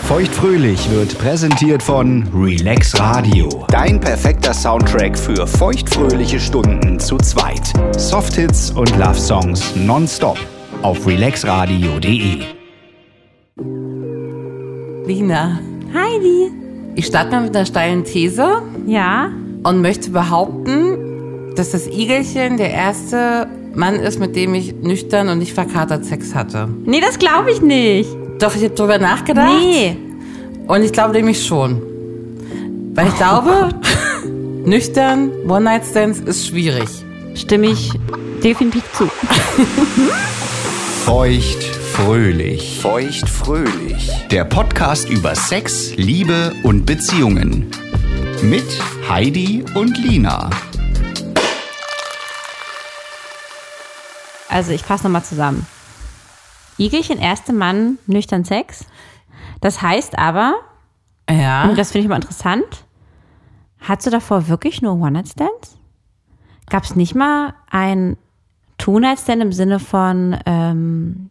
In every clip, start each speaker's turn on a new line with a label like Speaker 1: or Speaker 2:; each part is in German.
Speaker 1: Feuchtfröhlich wird präsentiert von Relax Radio. Dein perfekter Soundtrack für feuchtfröhliche Stunden zu zweit. Softhits und Love Songs nonstop auf relaxradio.de.
Speaker 2: Lina,
Speaker 3: Heidi.
Speaker 2: ich starte mal mit einer steilen These
Speaker 3: Ja,
Speaker 2: und möchte behaupten, dass das Igelchen der erste Mann ist, mit dem ich nüchtern und nicht verkatert Sex hatte.
Speaker 3: nee, das glaube ich nicht.
Speaker 2: Doch, ich habe drüber nachgedacht.
Speaker 3: Nee.
Speaker 2: Und ich glaube nämlich schon. Weil ich
Speaker 3: Oh
Speaker 2: glaube, nüchtern One-Night-Stands ist schwierig.
Speaker 3: Stimme ich definitiv zu.
Speaker 1: Feuchtfröhlich. Feuchtfröhlich. Der Podcast über Sex, Liebe und Beziehungen. Mit Heidi und Lina.
Speaker 3: Also ich fasse nochmal zusammen. Igelchen, erste Mann, nüchtern Sex. Das heißt aber,
Speaker 2: Ja.
Speaker 3: und das finde ich immer interessant, hattest du davor wirklich nur One-Night-Stands? Gab es nicht mal ein Two-Night-Stand im Sinne von, ähm,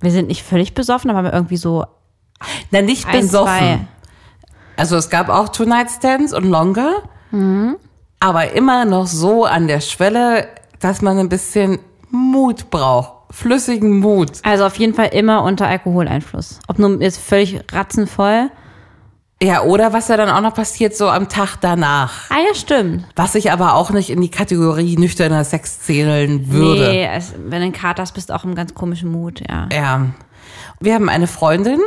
Speaker 3: wir sind nicht völlig besoffen, aber irgendwie so
Speaker 2: Na, nicht
Speaker 3: ein,
Speaker 2: besoffen.
Speaker 3: zwei.
Speaker 2: Also es gab auch Two-Night-Stands und Longer, aber immer noch so an der Schwelle, dass man ein bisschen Mut braucht. Flüssigen Mut.
Speaker 3: Also auf jeden Fall immer unter Alkoholeinfluss. Ob nun jetzt völlig ratzenvoll.
Speaker 2: Ja, oder was ja dann auch noch passiert, so am Tag danach.
Speaker 3: Ah ja, stimmt.
Speaker 2: Was ich aber auch nicht in die Kategorie nüchterner Sex zählen würde.
Speaker 3: Nee, es, wenn du einen Kater hast, bist du auch im ganz komischen Mut, ja.
Speaker 2: Ja. Wir haben eine Freundin,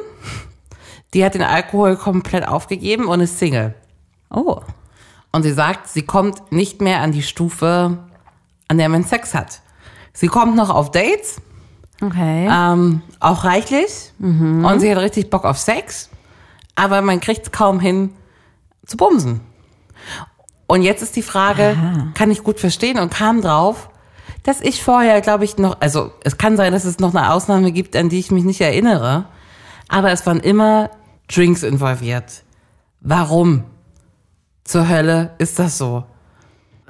Speaker 2: die hat den Alkohol komplett aufgegeben und ist Single.
Speaker 3: Oh.
Speaker 2: Und sie sagt, sie kommt nicht mehr an die Stufe, an der man Sex hat. Sie kommt noch auf Dates,
Speaker 3: Okay.
Speaker 2: ähm, auch reichlich.
Speaker 3: Mhm.
Speaker 2: Und sie hat richtig Bock auf Sex. Aber man kriegt es kaum hin zu bumsen. Und jetzt ist die Frage, kann ich gut verstehen und kam drauf, dass ich vorher, glaube ich, noch, also es kann sein, dass es noch eine Ausnahme gibt, an die ich mich nicht erinnere. Aber es waren immer Drinks involviert. Warum? Zur Hölle ist das so.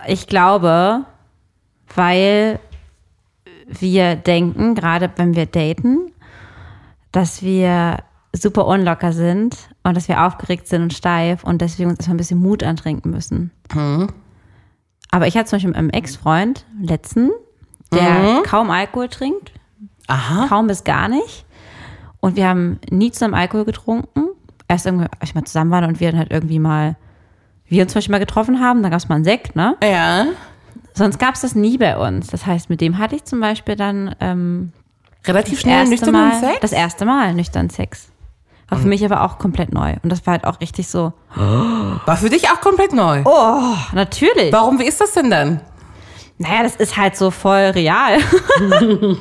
Speaker 3: Ich glaube, weil wir denken, gerade wenn wir daten, dass wir super unlocker sind und dass wir aufgeregt sind und steif und deswegen uns erstmal ein bisschen Mut antrinken müssen. Aber ich hatte zum Beispiel einen Ex-Freund, letzten, der kaum Alkohol trinkt,
Speaker 2: Aha.
Speaker 3: kaum bis gar nicht. Und wir haben nie zusammen Alkohol getrunken. Erst irgendwie, als wir mal zusammen waren und wir dann halt irgendwie mal, wir uns zum Beispiel mal getroffen haben, dann gab es mal einen Sekt, ne?
Speaker 2: Ja.
Speaker 3: Sonst gab es das nie bei uns. Das heißt, mit dem hatte ich zum Beispiel dann ähm,
Speaker 2: Relativ
Speaker 3: das
Speaker 2: schnell
Speaker 3: erste
Speaker 2: nüchternen
Speaker 3: Mal,
Speaker 2: Sex? Mhm.
Speaker 3: das erste Mal nüchtern Sex. War für mich aber auch komplett neu. Und das war halt auch richtig so,
Speaker 2: War für dich auch komplett neu.
Speaker 3: Oh.
Speaker 2: Ah.
Speaker 3: ach, natürlich.
Speaker 2: Warum, wie ist das denn dann?
Speaker 3: Naja, das ist halt so voll real.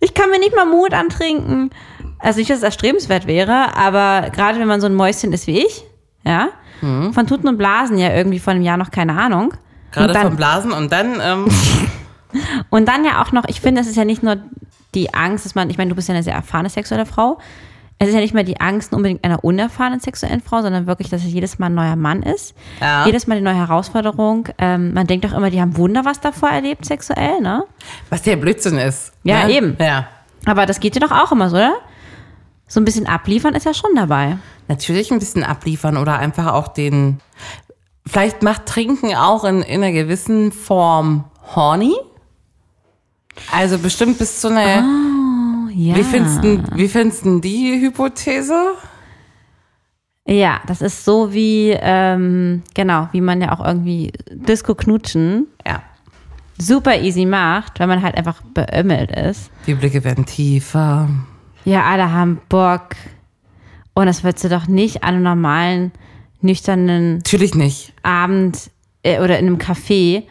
Speaker 3: ich kann mir nicht mal Mut antrinken. Also nicht, dass es erstrebenswert wäre, aber gerade wenn man so ein Mäuschen ist wie ich, ja, von Tuten und Blasen ja irgendwie vor einem Jahr noch keine Ahnung.
Speaker 2: Mhm. Gerade
Speaker 3: und dann,
Speaker 2: vom Blasen und dann, ähm,
Speaker 3: Und dann ja auch noch, ich finde, es ist ja nicht nur die Angst, dass man, ich meine, du bist ja eine sehr erfahrene sexuelle Frau. Es ist ja nicht mehr die Angst unbedingt einer unerfahrenen sexuellen Frau, sondern wirklich, dass es jedes Mal ein neuer Mann ist.
Speaker 2: Ja.
Speaker 3: Jedes Mal die neue Herausforderung. Ähm, man denkt auch immer, die haben Wunder was davor erlebt, sexuell, ne?
Speaker 2: was der Blödsinn ist.
Speaker 3: Ja,
Speaker 2: ne?
Speaker 3: eben.
Speaker 2: Ja.
Speaker 3: Aber das geht dir doch auch immer so, oder? So ein bisschen abliefern ist ja schon dabei.
Speaker 2: Natürlich ein bisschen abliefern oder einfach auch den, vielleicht macht Trinken auch in, in einer gewissen Form horny. Also bestimmt bis zu einer,
Speaker 3: Ja.
Speaker 2: wie findest du, wie findest du die Hypothese?
Speaker 3: Ja, das ist so wie, ähm, genau, wie man ja auch irgendwie Disco-Knutschen
Speaker 2: Ja.
Speaker 3: super easy macht, wenn man halt einfach beömmelt ist.
Speaker 2: Die Blicke werden tiefer.
Speaker 3: Ja, alle haben Bock. Und das würdest du doch nicht an einem normalen, nüchternen
Speaker 2: Natürlich nicht.
Speaker 3: Abend äh, oder in einem Café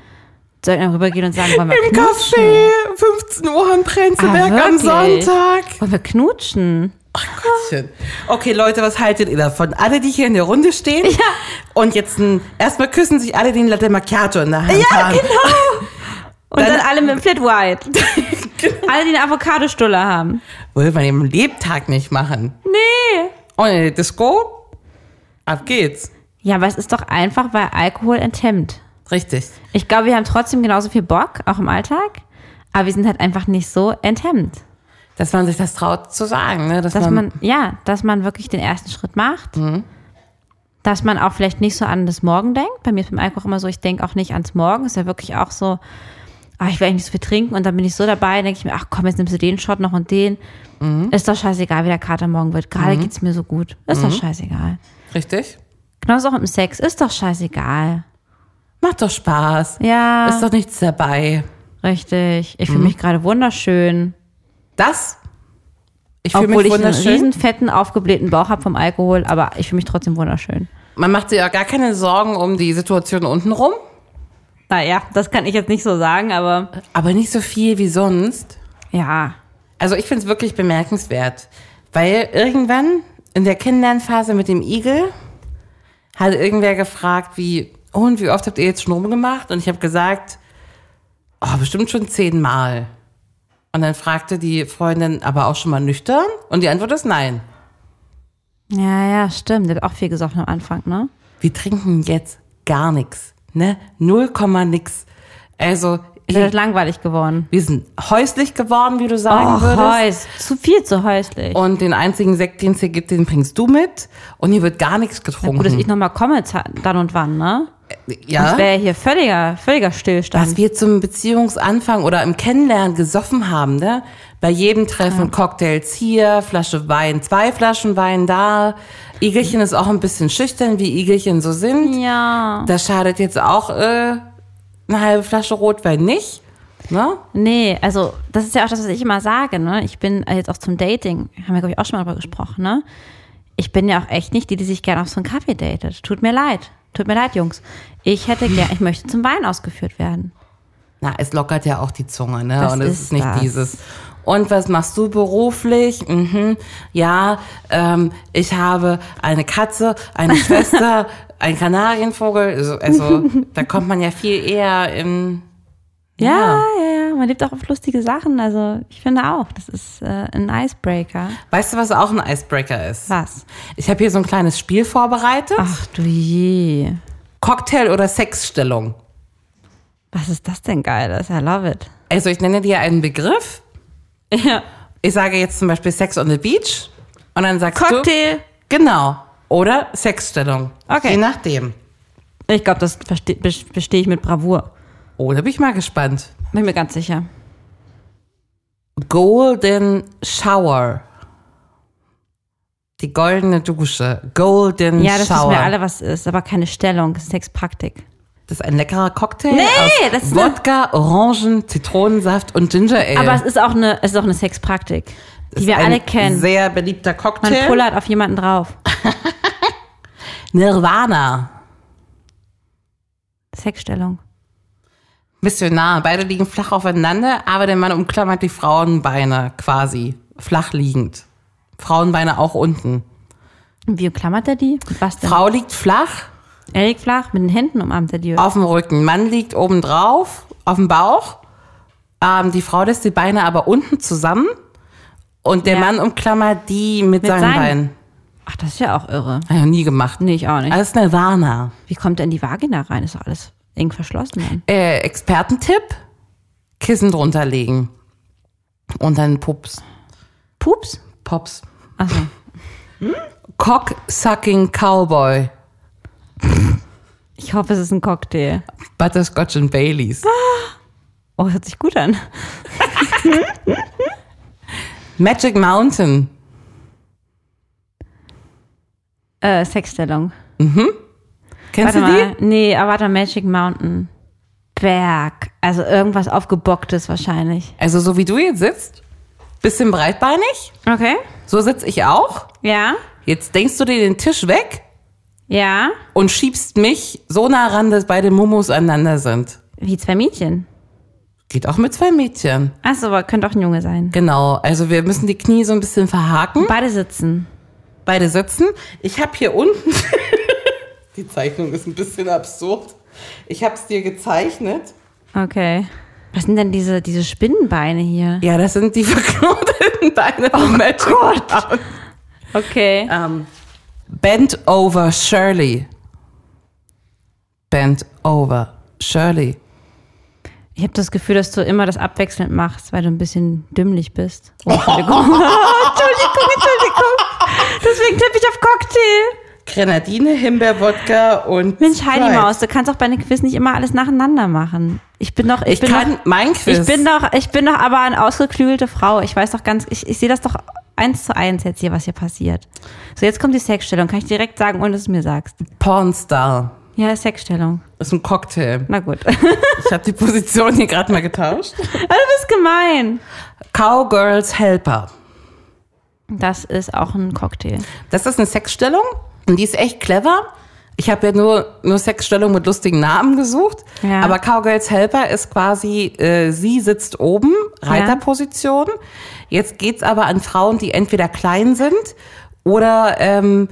Speaker 3: zu irgendeinem rübergehen und sagen, wollen wir
Speaker 2: Im
Speaker 3: knutschen?
Speaker 2: Café, 15 Uhr in Prenzlberg
Speaker 3: Ah,
Speaker 2: am
Speaker 3: wirklich?
Speaker 2: Sonntag.
Speaker 3: Wollen wir knutschen?
Speaker 2: Gottchen. Okay, Leute, was haltet ihr davon? Alle, die hier in der Runde stehen
Speaker 3: Ja.
Speaker 2: und jetzt ein, erstmal küssen sich alle den Latte Macchiato in der Hand ja, haben. Genau.
Speaker 3: Und dann,
Speaker 2: Dann- Genau.
Speaker 3: alle mit dem Flit White. Alle, die eine Avocadostulle haben.
Speaker 2: Würde man im Lebtag nicht machen.
Speaker 3: Nee.
Speaker 2: Und in der Disco, ab geht's.
Speaker 3: Ja, aber es ist doch einfach, weil Alkohol enthemmt.
Speaker 2: Richtig.
Speaker 3: Ich glaube, wir haben trotzdem genauso viel Bock, auch im Alltag. Aber wir sind halt einfach nicht so enthemmt.
Speaker 2: Dass man sich das traut zu sagen, ne?
Speaker 3: dass man, ja, dass man wirklich den ersten Schritt macht.
Speaker 2: Mhm.
Speaker 3: Dass man auch vielleicht nicht so an das Morgen denkt. Bei mir ist beim Alkohol immer so, ich denke auch nicht ans Morgen. Ist ja wirklich auch so, ah, ich will eigentlich nicht so viel trinken und dann bin ich so dabei, denke ich mir, ach komm, jetzt nimmst du den Shot noch und den.
Speaker 2: Mhm.
Speaker 3: Ist doch scheißegal, wie der Kater morgen wird. Gerade geht's mir so gut. Ist
Speaker 2: Mhm.
Speaker 3: doch scheißegal.
Speaker 2: richtig.
Speaker 3: Genauso auch im Sex. Ist doch scheißegal.
Speaker 2: Macht doch Spaß.
Speaker 3: Ja,
Speaker 2: Ist doch Mhm. nichts dabei.
Speaker 3: richtig. Ich fühle mich gerade wunderschön.
Speaker 2: Das? Ich fühle
Speaker 3: Obwohl
Speaker 2: mich
Speaker 3: ich einen
Speaker 2: wunderschön.
Speaker 3: riesen fetten, aufgeblähten Bauch habe vom Alkohol, aber ich fühle mich trotzdem wunderschön.
Speaker 2: Man macht sich ja gar keine Sorgen um die Situation untenrum.
Speaker 3: Naja, das kann ich jetzt nicht so sagen, aber
Speaker 2: Aber nicht so viel wie sonst.
Speaker 3: ja.
Speaker 2: Also ich finde es wirklich bemerkenswert, weil irgendwann in der Kennenlernphase mit dem Igel hat irgendwer gefragt, wie oh, und wie oft habt ihr jetzt schon rumgemacht? Und ich habe gesagt, oh, bestimmt schon zehnmal. Und dann fragte die Freundin, aber auch schon mal nüchtern? Und die Antwort ist nein.
Speaker 3: Ja, ja, stimmt. Der hat auch viel gesoffen am Anfang, ne?
Speaker 2: Wir trinken jetzt gar nichts, ne? Null Komma nix. Also ich,
Speaker 3: Ist das langweilig geworden.
Speaker 2: wir sind häuslich geworden, wie du sagen
Speaker 3: Oh,
Speaker 2: würdest.
Speaker 3: häus. Zu viel zu häuslich.
Speaker 2: Und den einzigen Sekt, den es hier gibt, den bringst du mit. Und hier wird gar nichts getrunken.
Speaker 3: Gut, dass ich nochmal komme za- dann und wann, ne? Das
Speaker 2: ja,
Speaker 3: wäre hier völliger, völliger
Speaker 2: was
Speaker 3: Stillstand.
Speaker 2: wir zum Beziehungsanfang oder im Kennenlernen gesoffen haben, ne? Bei jedem Treffen Cocktails hier, Flasche Wein, zwei Flaschen Wein da. Igelchen ist auch ein bisschen schüchtern, wie Igelchen so sind.
Speaker 3: Ja.
Speaker 2: Das schadet jetzt auch äh, eine halbe Flasche Rotwein nicht. Ne?
Speaker 3: Nee, also das ist ja auch das, was ich immer sage, ne? Ich bin äh, jetzt auch zum Dating, haben wir, glaube ich, auch schon mal drüber gesprochen, ne? Ich bin ja auch echt nicht die, die sich gerne auf so einen Kaffee datet. Tut mir leid. Tut mir leid, Jungs. Ich hätte gern, ich möchte zum Wein ausgeführt werden.
Speaker 2: Na, es lockert ja auch die Zunge, ne?
Speaker 3: Das
Speaker 2: und es
Speaker 3: ist
Speaker 2: ist nicht
Speaker 3: das.
Speaker 2: dieses. Und was machst du beruflich? Mhm. Ja, ähm, ich habe eine Katze, eine Schwester, einen Kanarienvogel. Also, also da kommt man ja viel eher in.
Speaker 3: Ja, ja, ja. Man lebt auch auf lustige Sachen. Also ich finde auch, das ist äh, ein Icebreaker.
Speaker 2: Weißt du, was auch ein Icebreaker ist?
Speaker 3: Was?
Speaker 2: Ich habe hier so ein kleines Spiel vorbereitet.
Speaker 3: Ach du je.
Speaker 2: Cocktail oder Sexstellung.
Speaker 3: Was ist das denn geiles? I love it.
Speaker 2: Also ich nenne dir einen Begriff.
Speaker 3: Ja.
Speaker 2: Ich sage jetzt zum Beispiel Sex on the Beach. Und dann sagst
Speaker 3: Cocktail.
Speaker 2: du. Genau. Oder Sexstellung.
Speaker 3: Okay.
Speaker 2: Je nachdem.
Speaker 3: Ich glaube, das verste- bes- bestehe ich mit Bravour.
Speaker 2: Oh, da bin ich mal gespannt.
Speaker 3: Bin mir ganz sicher.
Speaker 2: Golden Shower. Die goldene Dusche. Golden
Speaker 3: Ja, das
Speaker 2: Shower.
Speaker 3: wissen wir alle, was ist, aber keine Stellung, Sexpraktik.
Speaker 2: Das ist ein leckerer Cocktail.
Speaker 3: Nee,
Speaker 2: aus
Speaker 3: das ist eine-
Speaker 2: Wodka, Orangen, Zitronensaft und Ginger Ale.
Speaker 3: Aber es ist auch eine, es ist auch eine Sexpraktik,
Speaker 2: Das
Speaker 3: die
Speaker 2: ist
Speaker 3: wir
Speaker 2: ein
Speaker 3: alle kennen.
Speaker 2: Sehr beliebter
Speaker 3: Man
Speaker 2: Cocktail.
Speaker 3: pullert auf jemanden drauf.
Speaker 2: Nirvana.
Speaker 3: Sexstellung.
Speaker 2: Missionar. Beide liegen flach aufeinander, aber der Mann umklammert die Frauenbeine quasi. Flach liegend. Frauenbeine auch unten.
Speaker 3: Und wie klammert er die? Mit was denn?
Speaker 2: Frau liegt flach,
Speaker 3: Er liegt flach, mit den Händen umarmt er die.
Speaker 2: auf dem Rücken. Mann liegt oben drauf, auf dem Bauch. Ähm, die Frau lässt die Beine aber unten zusammen. Und der
Speaker 3: Ja.
Speaker 2: Mann umklammert die mit,
Speaker 3: Mit
Speaker 2: seinen,
Speaker 3: seinen.
Speaker 2: Beinen.
Speaker 3: Ach, das ist ja auch irre.
Speaker 2: Hab ich noch nie gemacht.
Speaker 3: Nee, ich auch nicht.
Speaker 2: Alles Nirvana.
Speaker 3: Wie kommt denn die Vagina rein? Ist doch alles eng verschlossen. Dann.
Speaker 2: Äh, Expertentipp: Kissen drunter legen. Und dann Pups.
Speaker 3: Pups?
Speaker 2: Pops. Hm?
Speaker 3: Achso.
Speaker 2: Cock-sucking Cowboy.
Speaker 3: Ich hoffe, es ist ein Cocktail.
Speaker 2: Butterscotch and Baileys.
Speaker 3: Ah. Oh, hört sich gut an.
Speaker 2: Magic Mountain.
Speaker 3: Äh, Sexstellung.
Speaker 2: Kennst
Speaker 3: Warte
Speaker 2: du die?
Speaker 3: mal. Nee, aber warte, Magic Mountain. Berg. Also irgendwas aufgebocktes wahrscheinlich.
Speaker 2: Also, so wie du jetzt sitzt, bisschen breitbeinig.
Speaker 3: Okay.
Speaker 2: So sitze ich auch.
Speaker 3: Ja.
Speaker 2: Jetzt denkst du dir den Tisch weg
Speaker 3: Ja.
Speaker 2: und schiebst mich so nah ran, dass beide Mumus aneinander sind.
Speaker 3: Wie zwei Mädchen.
Speaker 2: Geht auch mit zwei Mädchen.
Speaker 3: Achso, aber könnte auch ein Junge sein.
Speaker 2: Genau, also wir müssen die Knie so ein bisschen verhaken.
Speaker 3: Beide sitzen.
Speaker 2: Beide sitzen. Ich habe hier unten, die Zeichnung ist ein bisschen absurd. Ich habe es dir gezeichnet.
Speaker 3: Okay. Was sind denn diese, diese Spinnenbeine hier?
Speaker 2: Ja, das sind die verknoteten Beine. Oh mein Gott.
Speaker 3: Okay.
Speaker 2: Ähm, bent over Shirley. Bent over Shirley.
Speaker 3: Ich habe das Gefühl, dass du immer das abwechselnd machst, weil du ein bisschen dümmlich bist. Oh, Entschuldigung. Entschuldigung, Entschuldigung. Deswegen tippe ich auf Cocktail.
Speaker 2: Grenadine, Himbeer, Wodka und.
Speaker 3: Mensch,
Speaker 2: Sprite.
Speaker 3: Heidi-Maus, du kannst auch bei den Quiz nicht immer alles nacheinander machen. Ich bin doch, ich,
Speaker 2: Ich
Speaker 3: bin
Speaker 2: kann
Speaker 3: doch,
Speaker 2: mein Quiz.
Speaker 3: Ich bin doch, ich bin doch aber eine ausgeklügelte Frau. Ich weiß doch ganz, ich, ich sehe das doch eins zu eins jetzt hier, was hier passiert. So, jetzt kommt die Sexstellung. Kann ich direkt sagen, ohne dass du mir sagst.
Speaker 2: Pornstar.
Speaker 3: Ja, Sexstellung.
Speaker 2: Ist ein Cocktail.
Speaker 3: Na gut. Ah, du
Speaker 2: Ich habe die Position hier gerade mal getauscht.
Speaker 3: bist gemein.
Speaker 2: Cowgirls Helper.
Speaker 3: Das ist auch ein Cocktail.
Speaker 2: Das ist eine Sexstellung und die ist echt clever. Ich habe ja nur, nur Sexstellung mit lustigen Namen gesucht.
Speaker 3: Ja.
Speaker 2: Aber Cowgirls Helper ist quasi, äh, sie sitzt oben, Reiterposition. Jetzt geht's aber an Frauen, die entweder klein sind oder ähm,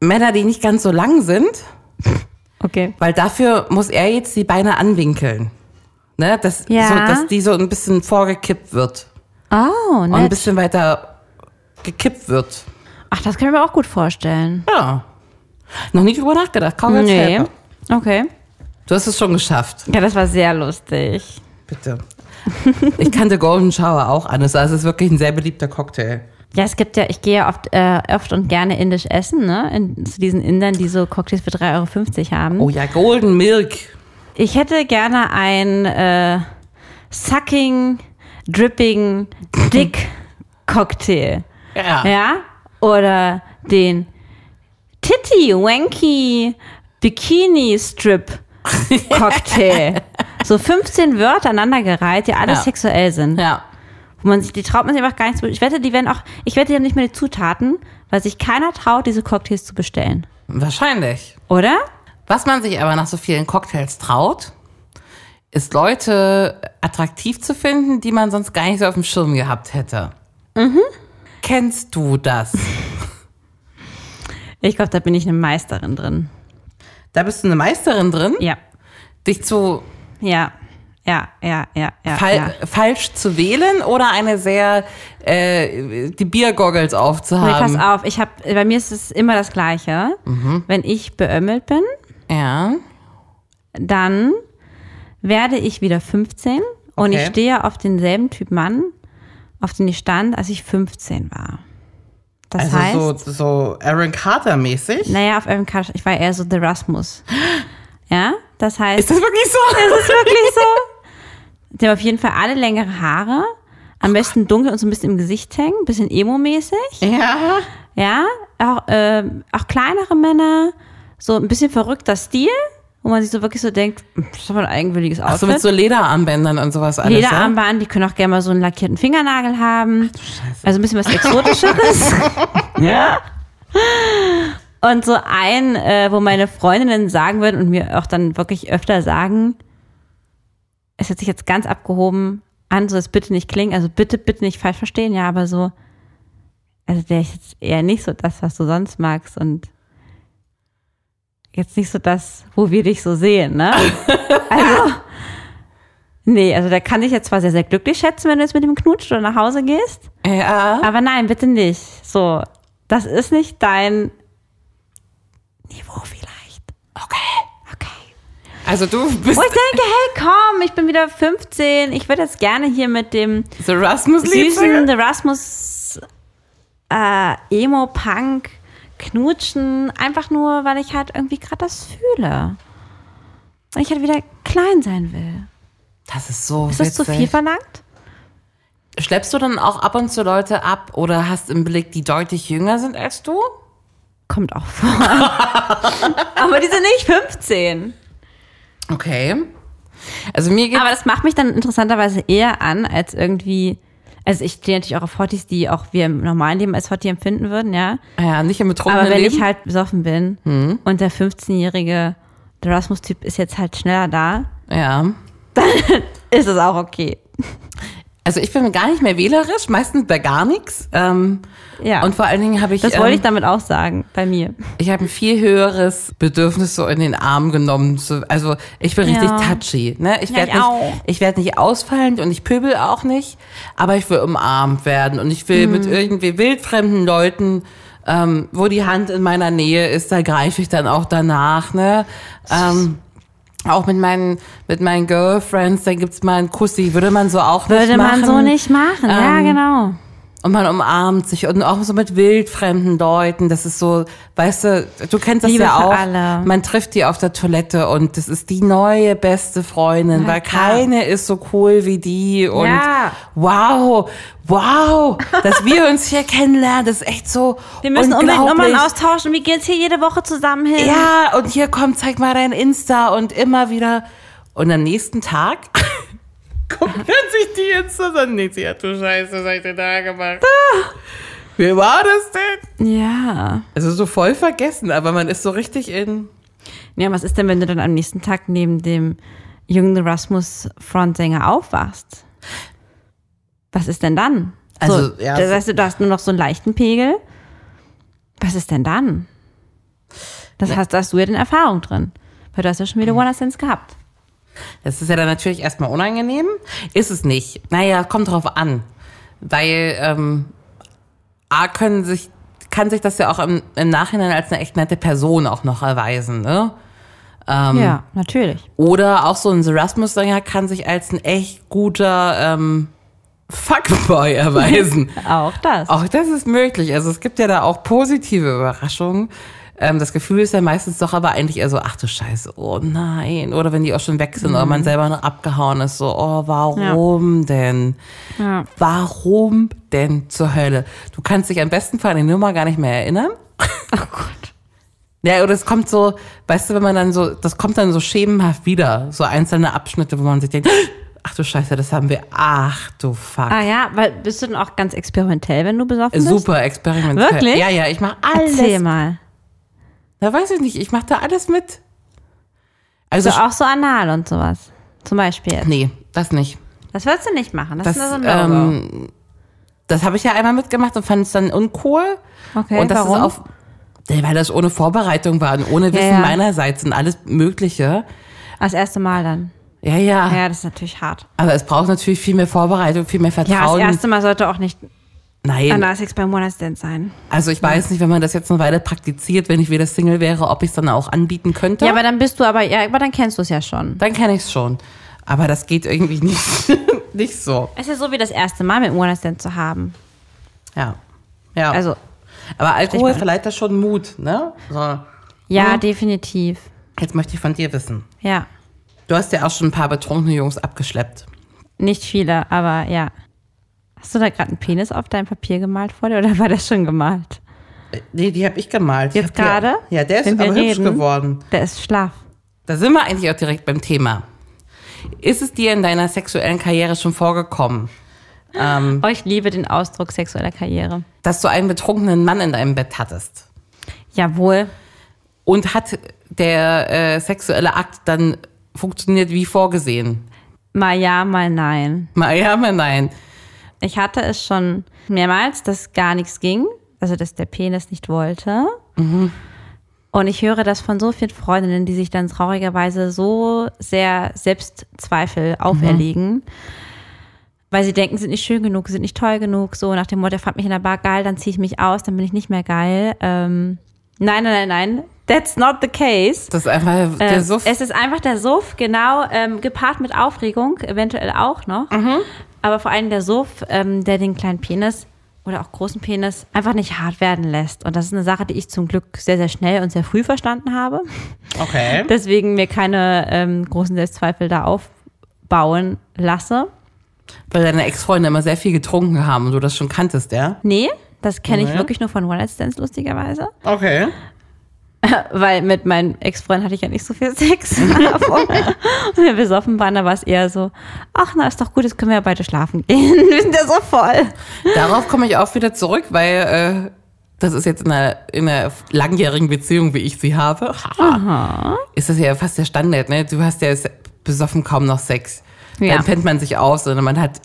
Speaker 2: Männer, die nicht ganz so lang sind,
Speaker 3: Okay.
Speaker 2: weil dafür muss er jetzt die Beine anwinkeln. Ne? Dass,
Speaker 3: Ja.
Speaker 2: so, dass die so ein bisschen vorgekippt wird
Speaker 3: Oh,
Speaker 2: und ein
Speaker 3: nett.
Speaker 2: bisschen weiter gekippt wird.
Speaker 3: Ach, das können wir auch gut vorstellen.
Speaker 2: Ja. Noch nie drüber nachgedacht. Kaum als Helper.
Speaker 3: Okay.
Speaker 2: Du hast es schon geschafft.
Speaker 3: Ja, das war sehr lustig.
Speaker 2: Bitte. ich kannte Golden Shower auch an. Es ist wirklich ein sehr beliebter Cocktail.
Speaker 3: Ja, es gibt ja, ich gehe ja oft, äh, oft und gerne indisch essen, ne? In, zu diesen Indern, die so Cocktails für 3,50 Euro haben.
Speaker 2: Oh ja, Golden Milk.
Speaker 3: Ich hätte gerne ein äh, Sucking, Dripping, Dick Cocktail.
Speaker 2: Ja.
Speaker 3: Ja? Oder den Titty Wanky Bikini Strip Cocktail. so 15 Wörter aneinandergereiht, die alle
Speaker 2: Ja.
Speaker 3: sexuell sind.
Speaker 2: Ja.
Speaker 3: Wo man sich, die traut man sich einfach gar nicht zu. Ich wette, die werden auch, ich wette, die haben nicht mehr die Zutaten, weil sich keiner traut, diese Cocktails zu bestellen.
Speaker 2: Wahrscheinlich.
Speaker 3: Oder?
Speaker 2: Was man sich aber nach so vielen Cocktails traut, ist Leute attraktiv zu finden, die man sonst gar nicht so auf dem Schirm gehabt hätte. Mhm. Kennst du das?
Speaker 3: Ich glaube, da bin ich eine Meisterin drin.
Speaker 2: Da bist du eine Meisterin drin,
Speaker 3: Ja.
Speaker 2: dich zu
Speaker 3: Ja, ja, ja, ja, ja.
Speaker 2: Fal
Speaker 3: ja.
Speaker 2: falsch zu wählen oder eine sehr äh, die Biergoggles
Speaker 3: Nee, pass
Speaker 2: aufzuhaben.
Speaker 3: auf, ich hab, bei mir ist es immer das Gleiche.
Speaker 2: Mhm.
Speaker 3: Wenn ich beömmelt bin,
Speaker 2: ja.
Speaker 3: dann werde ich wieder 15 und
Speaker 2: Okay.
Speaker 3: ich stehe auf denselben Typ Mann, auf den ich stand, als ich 15 war. Das heißt,
Speaker 2: Also so, so Aaron Carter mäßig.
Speaker 3: naja, auf einem Kasch, ich war eher so der Rasmus. Ja, das heißt.
Speaker 2: Ist das wirklich
Speaker 3: Das
Speaker 2: so?
Speaker 3: ist wirklich so. Die haben auf jeden Fall alle längere Haare. Am besten dunkel und so ein bisschen im Gesicht hängen, ein bisschen emo-mäßig.
Speaker 2: ja.
Speaker 3: Ja, auch, ähm, auch kleinere Männer, so ein bisschen verrückter Stil, wo man sich so wirklich so denkt, "Pff, das ist aber ein eigenwilliges
Speaker 2: Ach so mit
Speaker 3: Outfit.
Speaker 2: so Lederarmbändern und sowas alles. ja?
Speaker 3: Lederarmband, die können auch gerne mal so einen lackierten Fingernagel haben. also ein bisschen was Exotischeres. ja. Und so ein, äh, wo meine Freundinnen sagen würden und mir auch dann wirklich öfter sagen, es hat sich jetzt ganz abgehoben an, so es bitte nicht klingen, also bitte, bitte nicht falsch verstehen, ja, aber so, also der ist jetzt eher nicht so das, was du sonst magst und jetzt nicht so das, wo wir dich so sehen, ne? also, nee, also der kann dich jetzt zwar sehr, sehr glücklich schätzen, wenn du jetzt mit ihm knutscht oder nach Hause gehst,
Speaker 2: Ja.
Speaker 3: aber nein, bitte nicht. So, das ist nicht dein Niveau vielleicht.
Speaker 2: Okay.
Speaker 3: Okay.
Speaker 2: Also du bist
Speaker 3: Wo ich denke, hey, komm, ich bin wieder 15. Ich würde jetzt gerne hier mit dem
Speaker 2: The Rasmus
Speaker 3: süßen
Speaker 2: Liebling.
Speaker 3: Erasmus äh, Emo Punk knutschen, einfach nur, weil ich halt irgendwie gerade das fühle. Und ich halt wieder klein sein will.
Speaker 2: Das ist so
Speaker 3: Ist das zu
Speaker 2: witzig.
Speaker 3: viel verlangt?
Speaker 2: Schleppst du dann auch ab und zu Leute ab oder hast im Blick, die deutlich jünger sind als du?
Speaker 3: Kommt auch vor. Aber die sind nicht 15.
Speaker 2: Okay. Also mir geht
Speaker 3: Aber das macht mich dann interessanterweise eher an, als irgendwie. Also ich stehe natürlich auch auf Hotties, die auch wir im normalen Leben als Hottie empfinden würden, ja.
Speaker 2: ja nicht im betrunkenen
Speaker 3: Aber wenn
Speaker 2: Leben.
Speaker 3: ich halt besoffen bin und der 15-jährige Erasmus-Typ ist jetzt halt schneller da,
Speaker 2: ja.
Speaker 3: ist es auch okay.
Speaker 2: Also ich bin gar nicht mehr wählerisch, meistens bei gar nichts. Ähm,
Speaker 3: Ja.
Speaker 2: Und vor allen Dingen habe ich,
Speaker 3: das
Speaker 2: ähm,
Speaker 3: wollte ich damit auch sagen, bei mir.
Speaker 2: ich habe ein viel höheres Bedürfnis so in den Arm genommen. Zu, also ich bin richtig
Speaker 3: Ja.
Speaker 2: touchy. Ne? Ich
Speaker 3: Ja,
Speaker 2: werde
Speaker 3: ich auch.
Speaker 2: nicht, ich werde nicht ausfallend und ich pöbel auch nicht, aber ich will umarmt werden und ich
Speaker 3: Mhm.
Speaker 2: will mit irgendwie wildfremden Leuten, ähm, wo die Hand in meiner Nähe ist, da greife ich dann auch danach. Ne? Ähm, Auch mit meinen, mit meinen Girlfriends, dann gibt's mal einen Kussi. Würde man so auch
Speaker 3: Würde
Speaker 2: nicht machen.
Speaker 3: man so nicht machen. ja,
Speaker 2: Ähm,
Speaker 3: genau.
Speaker 2: Und man umarmt sich und auch so mit wildfremden Leuten. Das ist so, weißt du, du kennst das
Speaker 3: Liebe
Speaker 2: ja
Speaker 3: für
Speaker 2: auch.
Speaker 3: alle.
Speaker 2: Man trifft die auf der Toilette und das ist die neue beste Freundin,
Speaker 3: Na
Speaker 2: weil
Speaker 3: klar.
Speaker 2: keine ist so cool wie die. Und
Speaker 3: Ja.
Speaker 2: wow, wow, dass wir uns hier kennenlernen, das ist echt so.
Speaker 3: Wir müssen unbedingt
Speaker 2: unglaublich.
Speaker 3: Nummern austauschen. Wir gehen jetzt hier jede Woche zusammen hin.
Speaker 2: Ja, und hier komm, zeig mal dein Insta und immer wieder. Und am nächsten Tag gucken sich die Insta an. Nee, sie hat du Scheiße, was hab ich denn da gemacht? Wie war das denn?
Speaker 3: Ja.
Speaker 2: Also so voll vergessen, aber man ist so richtig in.
Speaker 3: Ja, was ist denn, wenn du dann am nächsten Tag neben dem jungen Rasmus Frontsänger aufwachst? Was ist denn dann?
Speaker 2: Also,
Speaker 3: so,
Speaker 2: ja,
Speaker 3: Das
Speaker 2: so-
Speaker 3: heißt, du hast nur noch so einen leichten Pegel. Was ist denn dann? Das heißt, da hast du ja dann Erfahrung drin. Weil du hast ja schon
Speaker 2: Mhm.
Speaker 3: wieder One Sense gehabt.
Speaker 2: Das ist ja dann natürlich erstmal unangenehm. Ist es nicht. Naja, kommt drauf an. Weil ähm, A können sich, kann sich das ja auch im, im Nachhinein als eine echt nette Person auch noch erweisen, ne? Ähm,
Speaker 3: Ja, natürlich.
Speaker 2: Oder auch so ein Erasmus-Sänger kann sich als ein echt guter ähm, Fuckboy erweisen.
Speaker 3: Auch das.
Speaker 2: auch das ist möglich. Also es gibt ja da auch positive Überraschungen. Ähm, das Gefühl ist ja meistens doch aber eigentlich eher so, ach du Scheiße, oh nein. Oder wenn die auch schon weg sind oder man selber noch abgehauen ist, so, oh, warum denn?
Speaker 3: Ja.
Speaker 2: Warum denn zur Hölle? Du kannst dich am besten Fall an die Nummer gar nicht mehr erinnern.
Speaker 3: Oh Gott.
Speaker 2: Ja, oder es kommt so, weißt du, wenn man dann so, das kommt dann so schemenhaft wieder, so einzelne Abschnitte, wo man sich denkt, ach du Scheiße, das haben wir, ach du Fuck.
Speaker 3: Ah ja, weil bist du denn auch ganz experimentell, wenn du besoffen bist?
Speaker 2: Super experimentell.
Speaker 3: Wirklich?
Speaker 2: Ja, ja, ich mache alles.
Speaker 3: Erzähl mal.
Speaker 2: Da weiß ich nicht, ich mache da alles mit. Also,
Speaker 3: So, auch so anal und sowas. Zum Beispiel. jetzt.
Speaker 2: nee, das nicht.
Speaker 3: Das würdest du nicht machen.
Speaker 2: Das,
Speaker 3: Das, ist nur so ein No-Go.
Speaker 2: ähm, das habe ich ja einmal mitgemacht und fand es dann uncool.
Speaker 3: Okay,
Speaker 2: und das
Speaker 3: warum?
Speaker 2: ist auf, Ja, weil das ohne Vorbereitung war und ohne
Speaker 3: Ja,
Speaker 2: Wissen
Speaker 3: ja.
Speaker 2: meinerseits und alles Mögliche.
Speaker 3: Als erste Mal dann.
Speaker 2: Ja, ja,
Speaker 3: Ja, das ist natürlich hart.
Speaker 2: Aber es braucht natürlich viel mehr Vorbereitung, viel mehr
Speaker 3: Ja,
Speaker 2: Vertrauen.
Speaker 3: das erste Mal sollte auch nicht
Speaker 2: Nein,
Speaker 3: Analsex beim One-Night-Stand sein.
Speaker 2: also ich weiß nicht, wenn man das jetzt eine Weile praktiziert, wenn ich wieder Single wäre, ob ich es dann auch anbieten könnte.
Speaker 3: Ja, aber dann bist du aber, ja, aber dann kennst du es ja schon.
Speaker 2: dann kenne ich es schon. Aber das geht irgendwie nicht, nicht so.
Speaker 3: Es ist ja so wie das erste Mal mit dem One-Night-Stand zu haben.
Speaker 2: Ja. ja.
Speaker 3: Also,
Speaker 2: aber Alkohol
Speaker 3: ich mein-
Speaker 2: verleiht da schon Mut, ne? So.
Speaker 3: ja,
Speaker 2: Mhm.
Speaker 3: definitiv.
Speaker 2: Jetzt möchte ich von dir wissen.
Speaker 3: Ja.
Speaker 2: Du hast ja auch schon ein paar betrunkene Jungs abgeschleppt.
Speaker 3: Nicht viele, aber ja. Hast du da gerade einen Penis auf dein Papier gemalt vor dir oder war das schon gemalt?
Speaker 2: Äh, Nee, die habe ich gemalt. Ich
Speaker 3: Jetzt
Speaker 2: hab die-
Speaker 3: gerade?
Speaker 2: Ja, der ist
Speaker 3: Wenn wir
Speaker 2: aber hübsch
Speaker 3: reden?
Speaker 2: geworden.
Speaker 3: Der ist schlaf.
Speaker 2: Da sind wir eigentlich auch direkt beim Thema. Ist es dir in deiner sexuellen Karriere schon vorgekommen,
Speaker 3: Oh, ich liebe den Ausdruck sexueller Karriere.
Speaker 2: dass du einen betrunkenen Mann in deinem Bett hattest?
Speaker 3: Jawohl.
Speaker 2: Und hat der äh, sexuelle Akt dann funktioniert wie vorgesehen?
Speaker 3: Mal ja, mal nein.
Speaker 2: Mal ja, mal nein.
Speaker 3: Ich hatte es schon mehrmals, dass gar nichts ging, also dass der Penis nicht wollte. Und ich höre das von so vielen Freundinnen, die sich dann traurigerweise so sehr Selbstzweifel auferlegen, weil sie denken, sie sind nicht schön genug, sie sind nicht toll genug, so nach dem Motto, er fand mich in der Bar geil, dann ziehe ich mich aus, dann bin ich nicht mehr geil. Ähm, nein, nein, nein, nein, that's not the case.
Speaker 2: Das ist einfach der
Speaker 3: Ähm,
Speaker 2: Suff.
Speaker 3: Es ist einfach der Suff, genau, ähm, gepaart mit Aufregung, eventuell auch noch.
Speaker 2: Mhm.
Speaker 3: Aber vor allem der Suff, ähm, der den kleinen Penis oder auch großen Penis einfach nicht hart werden lässt. Und das ist eine Sache, die ich zum Glück sehr, sehr schnell und sehr früh verstanden habe.
Speaker 2: Okay.
Speaker 3: Deswegen mir keine ähm, großen Selbstzweifel da aufbauen lasse.
Speaker 2: Weil deine Ex-Freunde immer sehr viel getrunken haben und du das schon kanntest, ja?
Speaker 3: Nee, das kenne ich
Speaker 2: Nee.
Speaker 3: wirklich nur von One-Night-Stands, lustigerweise.
Speaker 2: Okay.
Speaker 3: Weil mit meinem Ex-Freund hatte ich ja nicht so viel Sex. Aber Wenn wir besoffen waren, da war es eher so, ach na, ist doch gut, jetzt können wir ja beide schlafen gehen. wir sind ja so voll.
Speaker 2: Darauf komme ich auch wieder zurück, weil äh, das ist jetzt in einer, in einer langjährigen Beziehung, wie ich sie habe, ist das ja fast der Standard, ne? Du hast ja se- besoffen kaum noch Sex.
Speaker 3: Ja.
Speaker 2: Dann pennt man sich aus, sondern man hat,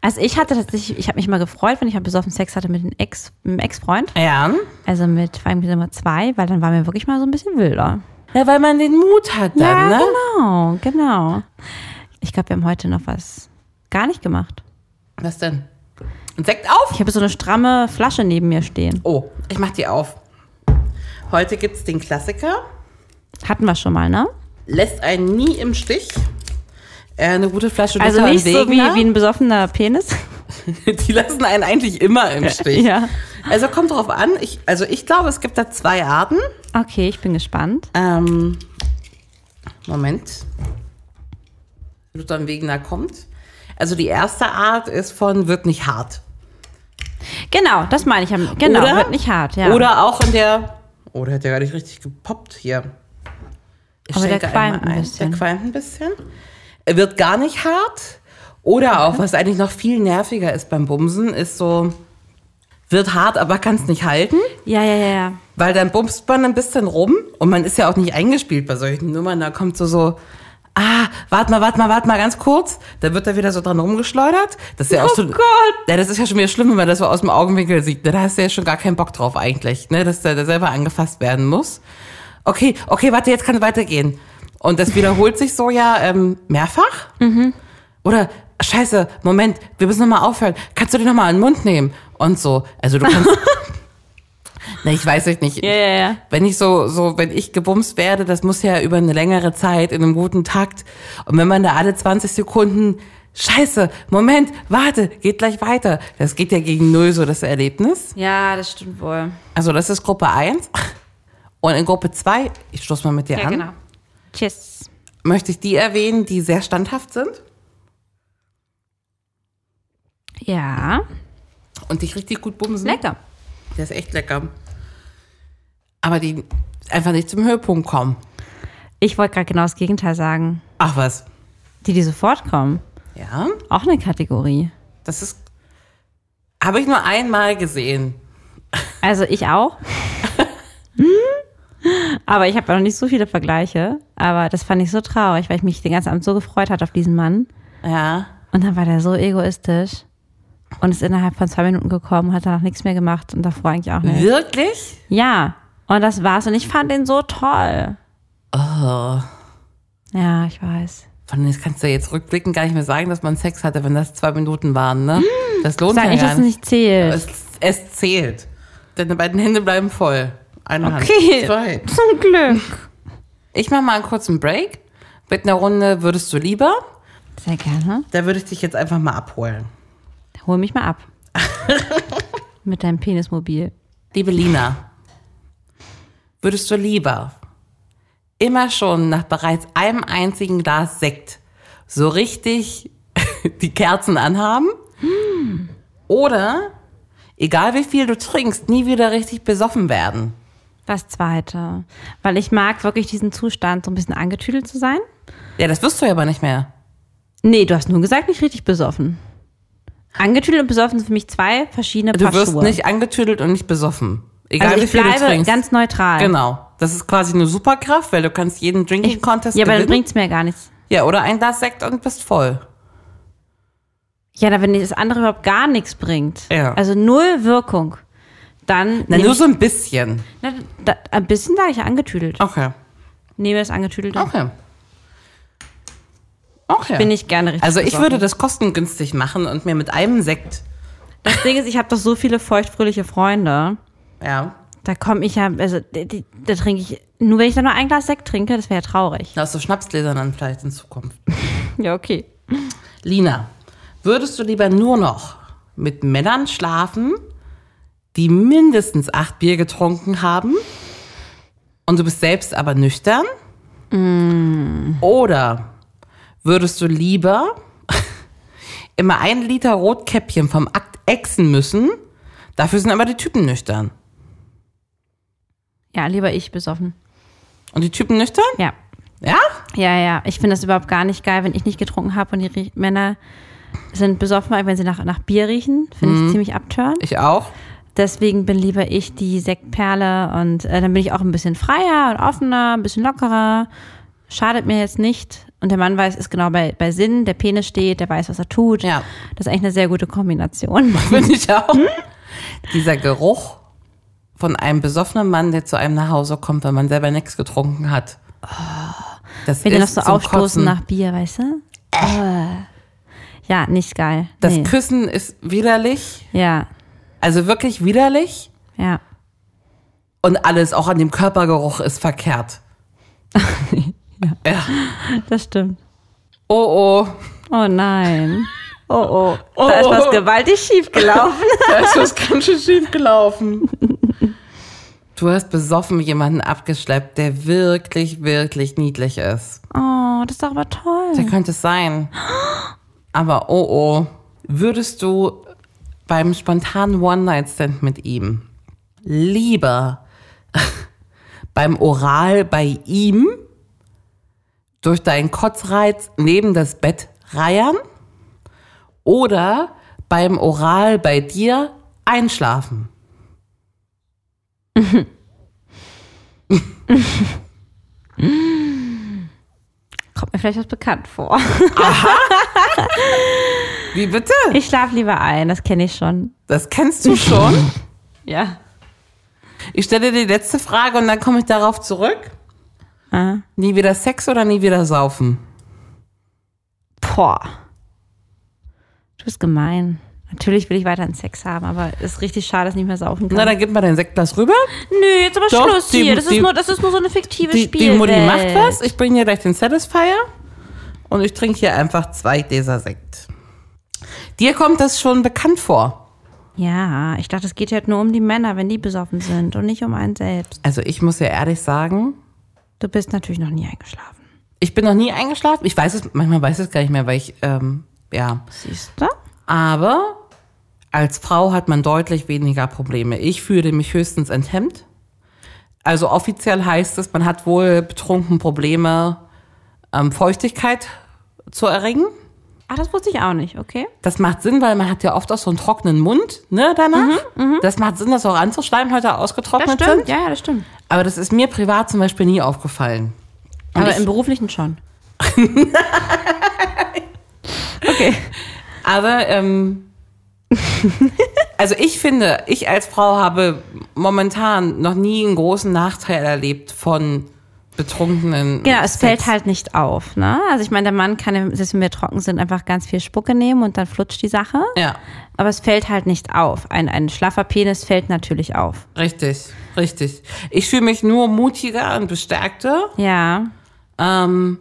Speaker 3: Also ich hatte tatsächlich, ich habe mich mal gefreut, wenn ich mal besoffen Sex hatte mit dem Ex, mit dem Ex-Freund.
Speaker 2: ja.
Speaker 3: Also mit vor allem mit Nummer zwei, weil dann war mir wirklich mal so ein bisschen wilder.
Speaker 2: ja, weil man den Mut hat dann, ne?
Speaker 3: genau, genau. Ich glaube, wir haben heute noch was gar nicht gemacht.
Speaker 2: Was denn? Ein Sekt auf!
Speaker 3: Ich habe so eine stramme Flasche neben mir stehen.
Speaker 2: Oh, ich mach die auf. Heute gibt's den Klassiker.
Speaker 3: Hatten wir schon mal, ne?
Speaker 2: lässt einen nie im Stich. Äh, Eine gute Flasche
Speaker 3: Also
Speaker 2: Luther und
Speaker 3: nicht so wie,
Speaker 2: Wegener,
Speaker 3: wie ein besoffener Penis.
Speaker 2: die lassen einen eigentlich immer im Stich.
Speaker 3: Ja.
Speaker 2: Also kommt drauf an. Ich, also ich glaube, es gibt da zwei Arten.
Speaker 3: Okay, ich bin gespannt.
Speaker 2: Ähm, Moment. Luther und Wegener kommt. Also die erste Art ist von wird nicht hart.
Speaker 3: Genau, das meine ich. am- Genau,
Speaker 2: oder,
Speaker 3: wird nicht hart. Ja.
Speaker 2: Oder auch in der. Oh, der hat ja gar nicht richtig gepoppt hier. Ich
Speaker 3: Aber der
Speaker 2: schenke
Speaker 3: qualmt
Speaker 2: einmal
Speaker 3: ein
Speaker 2: ein.
Speaker 3: bisschen.
Speaker 2: Der qualmt ein bisschen. Er wird gar nicht hart. Oder auch, was eigentlich noch viel nerviger ist beim Bumsen, ist so, wird hart, aber kann es nicht halten.
Speaker 3: Ja, ja, ja, ja.
Speaker 2: Weil dann bumst man ein bisschen rum und man ist ja auch nicht eingespielt bei solchen Nummern. Da kommt so so, ah, warte mal, warte mal, warte mal ganz kurz. Dann wird da wieder so dran rumgeschleudert. Das ist ja auch
Speaker 3: Oh
Speaker 2: schon,
Speaker 3: Gott.
Speaker 2: Ja, das ist ja schon wieder schlimm, wenn man das so aus dem Augenwinkel sieht. ne? Da hast du ja schon gar keinen Bock drauf eigentlich, ne? dass der da selber angefasst werden muss. Okay, okay, warte, jetzt kann es weitergehen. Und das wiederholt sich so ja ähm, mehrfach.
Speaker 3: Mhm.
Speaker 2: Oder Scheiße, Moment, wir müssen nochmal aufhören. Kannst du dir nochmal einen Mund nehmen? Und so. Also du kannst. Na, ich weiß es nicht.
Speaker 3: Ja, ja, ja.
Speaker 2: Wenn ich so, so, wenn ich gebumst werde, das muss ja über eine längere Zeit in einem guten Takt. Und wenn man da alle 20 Sekunden, Scheiße, Moment, warte, geht gleich weiter. Das geht ja gegen Null so das Erlebnis.
Speaker 3: Ja, das stimmt wohl.
Speaker 2: Also das ist Gruppe 1. Und in Gruppe 2, ich stoß mal mit dir
Speaker 3: Ja,
Speaker 2: an,
Speaker 3: genau. Tschüss.
Speaker 2: möchte ich die erwähnen, die sehr standhaft sind
Speaker 3: Ja,
Speaker 2: und dich richtig gut bumsen.
Speaker 3: lecker.
Speaker 2: Der ist echt lecker. Aber die einfach nicht zum Höhepunkt kommen.
Speaker 3: Ich wollte gerade genau das Gegenteil sagen.
Speaker 2: Ach was.
Speaker 3: Die, die sofort kommen.
Speaker 2: Ja,
Speaker 3: Auch eine Kategorie.
Speaker 2: das ist. Habe ich nur einmal gesehen.
Speaker 3: Also ich auch. Hm. aber ich habe ja noch nicht so viele Vergleiche. Aber das fand ich so traurig, weil ich mich den ganzen Abend so gefreut hatte auf diesen Mann.
Speaker 2: Ja.
Speaker 3: Und dann war der so egoistisch und ist innerhalb von zwei Minuten gekommen, hat danach nichts mehr gemacht und davor eigentlich auch nicht.
Speaker 2: Wirklich?
Speaker 3: Ja, und das war's. Und ich fand den so toll. Oh. Ja, ich weiß.
Speaker 2: Von das kannst du ja jetzt rückblickend gar nicht mehr sagen, dass man Sex hatte, wenn das zwei Minuten waren, ne? Das lohnt
Speaker 3: Hm. Sag
Speaker 2: ja
Speaker 3: nicht,
Speaker 2: gar
Speaker 3: dass es
Speaker 2: nicht.
Speaker 3: nicht zählt.
Speaker 2: Es, es zählt. Deine beiden Hände bleiben voll. Eine
Speaker 3: Okay.
Speaker 2: Hand. Zwei.
Speaker 3: Zum Glück.
Speaker 2: Ich mache mal einen kurzen Break. Mit einer Runde würdest du lieber.
Speaker 3: Sehr gerne.
Speaker 2: Da würde ich dich jetzt einfach mal abholen.
Speaker 3: Hol mich mal ab. Mit deinem Penismobil.
Speaker 2: Liebe Lina, würdest du lieber immer schon nach bereits einem einzigen Glas Sekt so richtig die Kerzen anhaben? Hm. Oder egal wie viel du trinkst, nie wieder richtig besoffen werden?
Speaker 3: Das zweite. Weil ich mag wirklich diesen Zustand, so ein bisschen angetüdelt zu sein.
Speaker 2: Ja, das wirst du ja aber nicht mehr.
Speaker 3: Nee, du hast nur gesagt, nicht richtig besoffen. Angetüdelt und besoffen sind für mich zwei verschiedene
Speaker 2: Du
Speaker 3: Paar
Speaker 2: wirst
Speaker 3: Schuhe.
Speaker 2: nicht angetüdelt und nicht besoffen. Egal
Speaker 3: also
Speaker 2: wie
Speaker 3: ich
Speaker 2: viel du
Speaker 3: bleibe
Speaker 2: trinkst.
Speaker 3: ganz neutral.
Speaker 2: genau. Das ist quasi eine Superkraft, weil du kannst jeden Drinking Contest
Speaker 3: ja, aber dann
Speaker 2: gewinnen.
Speaker 3: bringt's mir gar nichts.
Speaker 2: Ja, oder ein Glas Sekt und bist voll.
Speaker 3: Ja, da wenn das andere überhaupt gar nichts bringt,
Speaker 2: Ja.
Speaker 3: also null Wirkung, dann
Speaker 2: Na,
Speaker 3: nehm
Speaker 2: nur
Speaker 3: ich-
Speaker 2: so ein bisschen.
Speaker 3: na, da, ein bisschen sage ich ja angetüdelt.
Speaker 2: Okay.
Speaker 3: Nehme das angetüdelt.
Speaker 2: Okay. Okay.
Speaker 3: Bin ich gerne richtig.
Speaker 2: also ich
Speaker 3: besoffen.
Speaker 2: würde das kostengünstig machen und mir mit einem Sekt,
Speaker 3: Das Ding ist, ich habe doch so viele feuchtfröhliche Freunde.
Speaker 2: ja,
Speaker 3: Da komme ich ja, also die, die, da trinke ich nur, wenn ich dann nur ein Glas Sekt trinke, das wäre ja traurig.
Speaker 2: aus so Schnapsgläsern dann vielleicht in Zukunft.
Speaker 3: Ja okay.
Speaker 2: Lina, würdest du lieber nur noch mit Männern schlafen, die mindestens acht Bier getrunken haben und du bist selbst aber nüchtern? Oder würdest du lieber immer ein Liter Rotkäppchen vom Akt ächzen müssen, dafür sind aber die Typen nüchtern?
Speaker 3: Ja, lieber ich besoffen.
Speaker 2: Und die Typen nüchtern?
Speaker 3: Ja.
Speaker 2: Ja?
Speaker 3: Ja, ja. Ich finde das überhaupt gar nicht geil, wenn ich nicht getrunken habe und die Rie Männer sind besoffen, weil wenn sie nach, nach Bier riechen, finde
Speaker 2: Mhm.
Speaker 3: ich ziemlich abtörend.
Speaker 2: Ich auch.
Speaker 3: Deswegen bin lieber ich die Sektperle und äh, dann bin ich auch ein bisschen freier und offener, ein bisschen lockerer. Schadet mir jetzt nicht. Und der Mann weiß, ist genau bei, bei Sinn, der Penis steht, der weiß, was er tut.
Speaker 2: Ja.
Speaker 3: Das ist eigentlich eine sehr gute Kombination.
Speaker 2: Bin ich auch. Hm? Dieser Geruch von einem besoffenen Mann, der zu einem nach Hause kommt, wenn man selber nichts getrunken hat. Das
Speaker 3: Wenn die noch
Speaker 2: ist
Speaker 3: so
Speaker 2: zum
Speaker 3: aufstoßen
Speaker 2: Kotzen.
Speaker 3: nach Bier, weißt du? Äh. Ja, nicht geil.
Speaker 2: Das
Speaker 3: nee.
Speaker 2: Küssen ist widerlich.
Speaker 3: Ja,
Speaker 2: Also wirklich widerlich.
Speaker 3: ja.
Speaker 2: Und alles auch an dem Körpergeruch ist verkehrt.
Speaker 3: mehr.
Speaker 2: Ja.
Speaker 3: Das stimmt.
Speaker 2: Oh, oh.
Speaker 3: Oh nein. Oh oh. Da
Speaker 2: Oh,
Speaker 3: ist was
Speaker 2: oh.
Speaker 3: gewaltig schief gelaufen.
Speaker 2: Da ist was ganz schön schief gelaufen. Du hast besoffen jemanden abgeschleppt, der wirklich, wirklich niedlich ist.
Speaker 3: Oh, das ist doch aber
Speaker 2: Der
Speaker 3: toll.
Speaker 2: könnte es sein. Aber oh oh. Würdest du beim spontanen One-Night-Stand mit ihm lieber beim Oral bei ihm durch deinen Kotzreiz neben das Bett reiern oder beim Oral bei dir einschlafen?
Speaker 3: Kommt mir vielleicht was bekannt vor.
Speaker 2: Wie bitte?
Speaker 3: Ich schlafe lieber ein, das kenne ich schon.
Speaker 2: Das kennst du schon.
Speaker 3: Ja.
Speaker 2: Ich stelle dir die letzte Frage und dann komme ich darauf zurück.
Speaker 3: Ah.
Speaker 2: Nie wieder Sex oder nie wieder saufen?
Speaker 3: Boah. Du bist gemein. Natürlich will ich weiterhin Sex haben, aber es ist richtig schade, dass ich nicht mehr saufen kann.
Speaker 2: Na, dann gib mal dein Sektglas rüber.
Speaker 3: Nö, jetzt aber
Speaker 2: Doch,
Speaker 3: Schluss
Speaker 2: die-
Speaker 3: hier. Das,
Speaker 2: die-
Speaker 3: ist nur, das ist nur so eine fiktive
Speaker 2: Die, die
Speaker 3: Spielwelt.
Speaker 2: Mutti macht was. Ich bringe hier gleich den Satisfier. Und ich trinke hier einfach zwei Gläser Sekt. Dir kommt das schon bekannt vor.
Speaker 3: Ja, ich dachte, es geht halt nur um die Männer, wenn die besoffen sind und nicht um einen selbst.
Speaker 2: Also ich muss ja ehrlich sagen,
Speaker 3: Du bist natürlich noch nie eingeschlafen.
Speaker 2: ich bin noch nie eingeschlafen. Ich weiß es, manchmal weiß ich es gar nicht mehr, weil ich, ähm, ja.
Speaker 3: Siehst du?
Speaker 2: Aber als Frau hat man deutlich weniger Probleme. Ich fühle mich höchstens enthemmt. Also offiziell heißt es, man hat wohl betrunken Probleme, ähm, Feuchtigkeit zu erringen.
Speaker 3: Ach, Ah, das wusste ich auch nicht, okay?
Speaker 2: Das macht Sinn, weil man hat ja oft auch so einen trockenen Mund, ne, danach. das macht Sinn, das auch anzuschreiben, heute
Speaker 3: Mhm, Das
Speaker 2: ausgetrocknet
Speaker 3: stimmt,
Speaker 2: sind.
Speaker 3: ja, ja, das stimmt.
Speaker 2: Aber das ist mir privat zum Beispiel nie aufgefallen. Und
Speaker 3: Aber
Speaker 2: ich-
Speaker 3: im Beruflichen schon.
Speaker 2: Aber, ähm, also ich finde, ich als Frau habe momentan noch nie einen großen Nachteil erlebt von betrunkenen.
Speaker 3: Genau, es
Speaker 2: Sex.
Speaker 3: fällt halt nicht auf, ne? Also ich meine, der Mann kann, selbst wenn wir trocken sind, einfach ganz viel Spucke nehmen und dann flutscht die Sache.
Speaker 2: Ja,
Speaker 3: Aber es fällt halt nicht auf. Ein, ein schlaffer Penis fällt natürlich auf.
Speaker 2: richtig, richtig. Ich fühle mich nur mutiger und bestärkter.
Speaker 3: Ja.
Speaker 2: Ähm,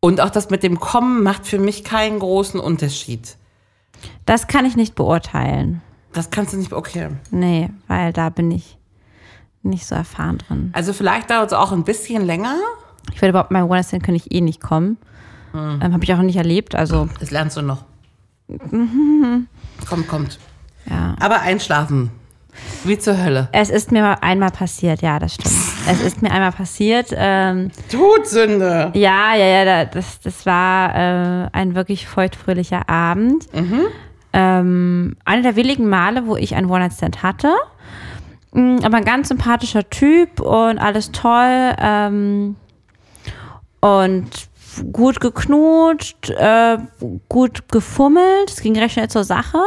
Speaker 2: und auch das mit dem Kommen macht für mich keinen großen Unterschied.
Speaker 3: Das kann ich nicht beurteilen.
Speaker 2: Das kannst du nicht, okay.
Speaker 3: Nee, weil da bin ich nicht so erfahren drin.
Speaker 2: Also vielleicht dauert es auch ein bisschen länger.
Speaker 3: Ich werde überhaupt, mein one stand könnte ich eh nicht kommen. Ähm, Habe ich auch nicht erlebt, also
Speaker 2: Das lernst du noch. kommt, kommt.
Speaker 3: ja.
Speaker 2: Aber einschlafen. Wie zur Hölle.
Speaker 3: Es ist mir mal einmal passiert, ja, das stimmt. Es ist mir einmal passiert. Ähm,
Speaker 2: Todsünde.
Speaker 3: ja, ja, ja, da- das, das war äh, ein wirklich feuchtfröhlicher Abend. Ähm, einer der wenigen Male, wo ich einen One-Night-Stand hatte. Mm, Aber ein ganz sympathischer Typ und alles toll. Ähm, und gut geknutscht, äh, gut gefummelt. Es ging recht schnell zur Sache.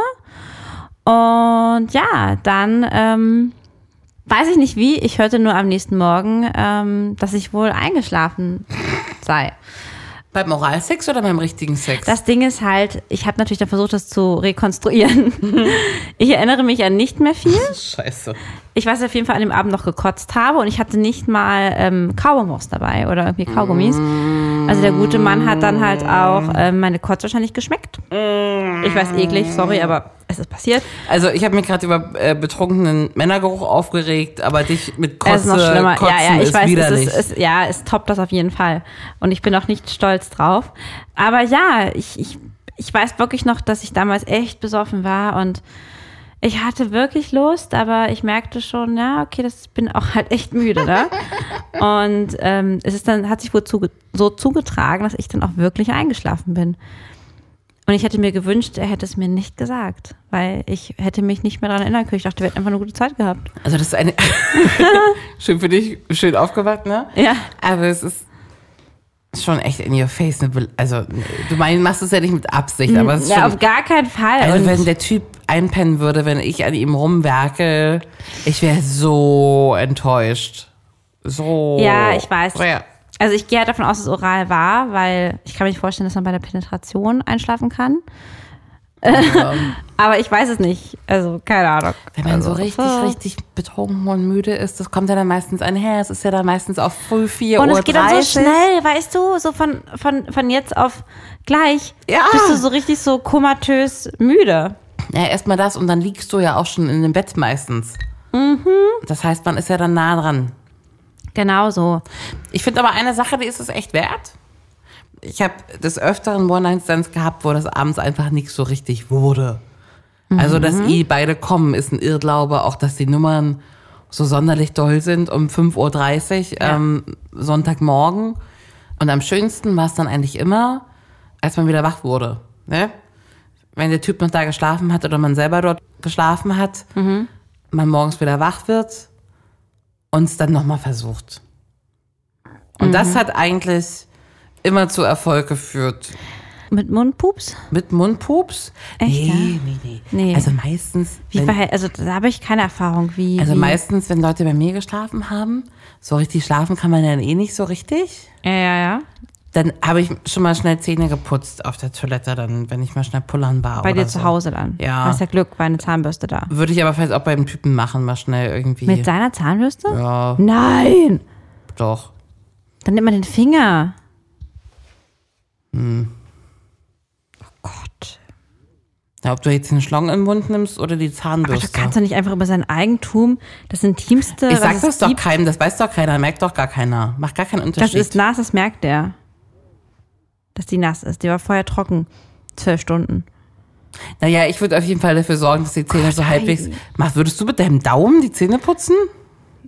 Speaker 3: Und ja, dann ähm, weiß ich nicht wie. Ich hörte nur am nächsten Morgen, ähm, dass ich wohl eingeschlafen sei.
Speaker 2: Beim Oralsex oder beim richtigen Sex?
Speaker 3: Das Ding ist halt, ich habe natürlich dann versucht, das zu rekonstruieren. Ich erinnere mich an nicht mehr viel.
Speaker 2: Scheiße.
Speaker 3: Ich weiß auf jeden Fall, an dem Abend noch gekotzt habe und ich hatte nicht mal ähm, Kaugummis dabei oder irgendwie Kaugummis. Also der gute Mann hat dann halt auch ähm, meine Kotze wahrscheinlich geschmeckt. Ich weiß eklig, sorry, aber es ist passiert.
Speaker 2: Also ich habe mich gerade über äh, betrunkenen Männergeruch aufgeregt, aber dich mit Kotze,
Speaker 3: es ist noch schlimmer.
Speaker 2: Kotzen
Speaker 3: ja, ja, ich
Speaker 2: ist
Speaker 3: weiß,
Speaker 2: widerlich.
Speaker 3: es ist, es, ja, es toppt das auf jeden Fall. Und ich bin auch nicht stolz drauf. Aber ja, ich, ich, ich weiß wirklich noch, dass ich damals echt besoffen war und ich hatte wirklich Lust, aber ich merkte schon, ja, okay, das bin auch halt echt müde, ne? Und ähm, es ist dann, hat sich wohl zuge so zugetragen, dass ich dann auch wirklich eingeschlafen bin. Und ich hätte mir gewünscht, er hätte es mir nicht gesagt, weil ich hätte mich nicht mehr daran erinnern können. Ich dachte, wir hätten einfach eine gute Zeit gehabt.
Speaker 2: also das ist eine... schön für dich, schön aufgewacht, ne?
Speaker 3: Ja.
Speaker 2: Aber es ist schon echt in your face. ne? Also du meinst, machst es ja nicht mit Absicht, aber es ist
Speaker 3: Ja,
Speaker 2: schon
Speaker 3: auf gar keinen Fall.
Speaker 2: Also
Speaker 3: Und-
Speaker 2: wenn der Typ einpennen würde, wenn ich an ihm rumwerke, ich wäre so enttäuscht. So.
Speaker 3: Ja, ich weiß.
Speaker 2: Ja.
Speaker 3: Also ich gehe halt davon aus, dass es oral war, weil ich kann mir nicht vorstellen, dass man bei der Penetration einschlafen kann. Aber ich weiß es nicht. Also, keine Ahnung.
Speaker 2: Wenn man
Speaker 3: also,
Speaker 2: so richtig, richtig betrunken und müde ist, das kommt ja dann meistens einher. Es ist ja dann meistens auch früh 4
Speaker 3: Und
Speaker 2: Uhr.
Speaker 3: es geht dann so schnell, weißt du, so von, von, von jetzt auf gleich
Speaker 2: Ja.
Speaker 3: bist du so richtig so komatös müde.
Speaker 2: Ja, erstmal das und dann liegst du ja auch schon in dem Bett meistens.
Speaker 3: Mhm.
Speaker 2: Das heißt, man ist ja dann nah dran.
Speaker 3: Genau so.
Speaker 2: Ich finde aber eine Sache, die ist es echt wert. Ich habe des Öfteren One-Night-Stands gehabt, wo das abends einfach nicht so richtig wurde. Also, dass i beide kommen, ist ein Irrglaube. Auch, dass die Nummern so sonderlich doll sind um 5.30 Uhr ähm, Sonntagmorgen. Und am schönsten war es dann eigentlich immer, als man wieder wach wurde. Ne? Wenn der Typ noch da geschlafen hat oder man selber dort geschlafen hat, man morgens wieder wach wird und es dann nochmal versucht. Und
Speaker 3: Mhm.
Speaker 2: das hat eigentlich immer zu Erfolg geführt.
Speaker 3: Mit Mundpups?
Speaker 2: Mit Mundpups?
Speaker 3: Echt, ja?
Speaker 2: nee, nee, nee,
Speaker 3: Nee.
Speaker 2: Also meistens.
Speaker 3: Wie
Speaker 2: wenn-
Speaker 3: verhält, also da habe ich keine Erfahrung, wie.
Speaker 2: also
Speaker 3: wie,
Speaker 2: meistens, wenn Leute bei mir geschlafen haben, so richtig schlafen kann man dann eh nicht so richtig.
Speaker 3: Ja, ja, ja.
Speaker 2: Dann habe ich schon mal schnell Zähne geputzt auf der Toilette, dann, wenn ich mal schnell pullern war.
Speaker 3: Bei
Speaker 2: oder
Speaker 3: dir zu
Speaker 2: so.
Speaker 3: Hause dann.
Speaker 2: Ja.
Speaker 3: Hast ja Glück, war eine Zahnbürste da.
Speaker 2: Würde ich aber vielleicht auch beim Typen machen, mal schnell irgendwie.
Speaker 3: Mit seiner Zahnbürste?
Speaker 2: ja,
Speaker 3: Nein!
Speaker 2: doch.
Speaker 3: Dann nimmt man den Finger.
Speaker 2: Hm.
Speaker 3: Oh Gott.
Speaker 2: Ja, ob du jetzt den Schlong im Mund nimmst oder die
Speaker 3: Aber du
Speaker 2: Zahnbürste.
Speaker 3: kannst doch nicht einfach über sein Eigentum, das Intimste.
Speaker 2: ich
Speaker 3: was
Speaker 2: sag
Speaker 3: es
Speaker 2: das doch
Speaker 3: gibt,
Speaker 2: keinem, das weiß doch keiner, merkt doch gar keiner. Macht gar keinen
Speaker 3: Das
Speaker 2: Unterschied.
Speaker 3: ist nass, das merkt er. Dass die nass ist. Die war vorher trocken. Zwölf Stunden.
Speaker 2: Naja, ich würde auf jeden Fall dafür sorgen, dass die Zähne so halbwegs. Mach, würdest du mit deinem Daumen die Zähne putzen?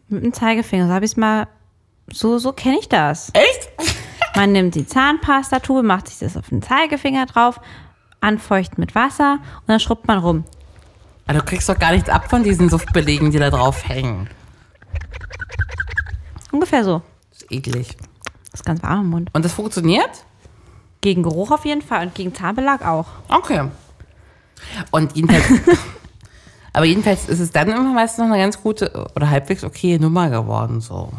Speaker 3: Mit dem Zeigefinger. So habe ich es mal. So, so kenne ich das.
Speaker 2: Echt?
Speaker 3: Man nimmt die Zahnpastatube, macht sich das auf den Zeigefinger drauf, anfeucht mit Wasser und dann schrubbt man rum.
Speaker 2: Aber Ah, du kriegst doch gar nichts ab von diesen Suftbelegen, die da drauf hängen.
Speaker 3: Ungefähr so.
Speaker 2: Das ist eklig.
Speaker 3: Ist ganz warm im Mund.
Speaker 2: Und das funktioniert?
Speaker 3: Gegen Geruch auf jeden Fall und gegen Zahnbelag auch.
Speaker 2: Okay. Und jedenfalls. aber jedenfalls ist es dann immer meistens noch eine ganz gute oder halbwegs okay Nummer geworden, so.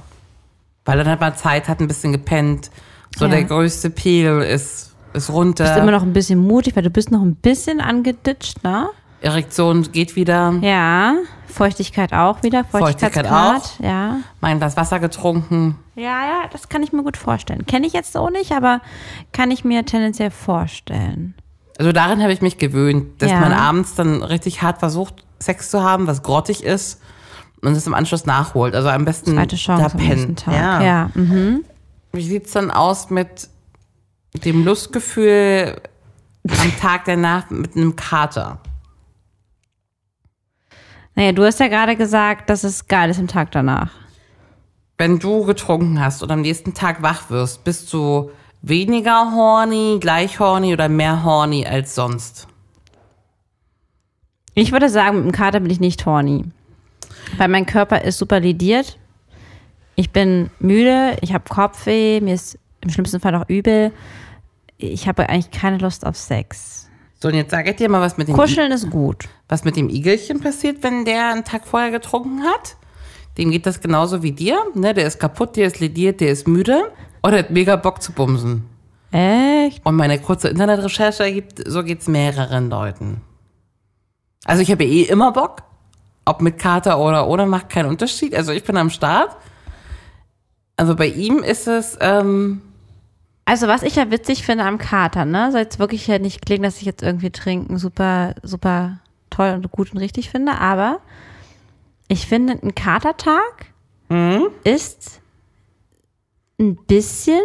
Speaker 2: Weil dann hat man Zeit, hat ein bisschen gepennt. So
Speaker 3: Ja.
Speaker 2: der größte Pegel ist, ist runter.
Speaker 3: Bist immer noch ein bisschen mutig, weil du bist noch ein bisschen angeditscht, ne?
Speaker 2: Erektion geht wieder.
Speaker 3: Ja. Feuchtigkeit auch wieder.
Speaker 2: Feuchtigkeit
Speaker 3: Feuchtigkeitsgrad. Ja.
Speaker 2: Mein Glas Wasser getrunken.
Speaker 3: Ja, ja, das kann ich mir gut vorstellen. Kenne ich jetzt so nicht, aber kann ich mir tendenziell vorstellen.
Speaker 2: Also darin habe ich mich gewöhnt, dass
Speaker 3: Ja.
Speaker 2: man abends dann richtig hart versucht, Sex zu haben, was grottig ist und es im Anschluss nachholt. Also am besten
Speaker 3: Zweite Chance am nächsten Tag.
Speaker 2: Ja.
Speaker 3: Hm, ja mhm.
Speaker 2: Wie sieht's dann aus mit dem Lustgefühl am Tag danach mit einem Kater?
Speaker 3: Naja, du hast ja gerade gesagt, dass es geil ist am Tag danach.
Speaker 2: Wenn du getrunken hast und am nächsten Tag wach wirst, bist du weniger horny, gleich horny oder mehr horny als sonst?
Speaker 3: Ich würde sagen, mit dem Kater bin ich nicht horny. Weil mein Körper ist super lidiert. Ich bin müde, ich habe Kopfweh, mir ist im schlimmsten Fall auch übel. Ich habe eigentlich keine Lust auf Sex.
Speaker 2: So, und jetzt sage ich dir mal, was mit dem
Speaker 3: Kuscheln ist gut.
Speaker 2: was mit dem Igelchen passiert, wenn der einen Tag vorher getrunken hat. Dem geht das genauso wie dir. Ne? Der ist kaputt, der ist lediert, der ist müde oder hat mega Bock zu bumsen.
Speaker 3: Echt?
Speaker 2: Und meine kurze Internetrecherche ergibt, so geht's mehreren Leuten. Also ich habe ja eh immer Bock. Ob mit Kater oder ohne, macht keinen Unterschied. Also ich bin am Start. Also bei ihm ist es, ähm,
Speaker 3: Also was ich ja witzig finde am Kater, ne, soll jetzt wirklich ja nicht klingen, dass ich jetzt irgendwie trinken super, super toll und gut und richtig finde, aber ich finde, ein Katertag ist ein bisschen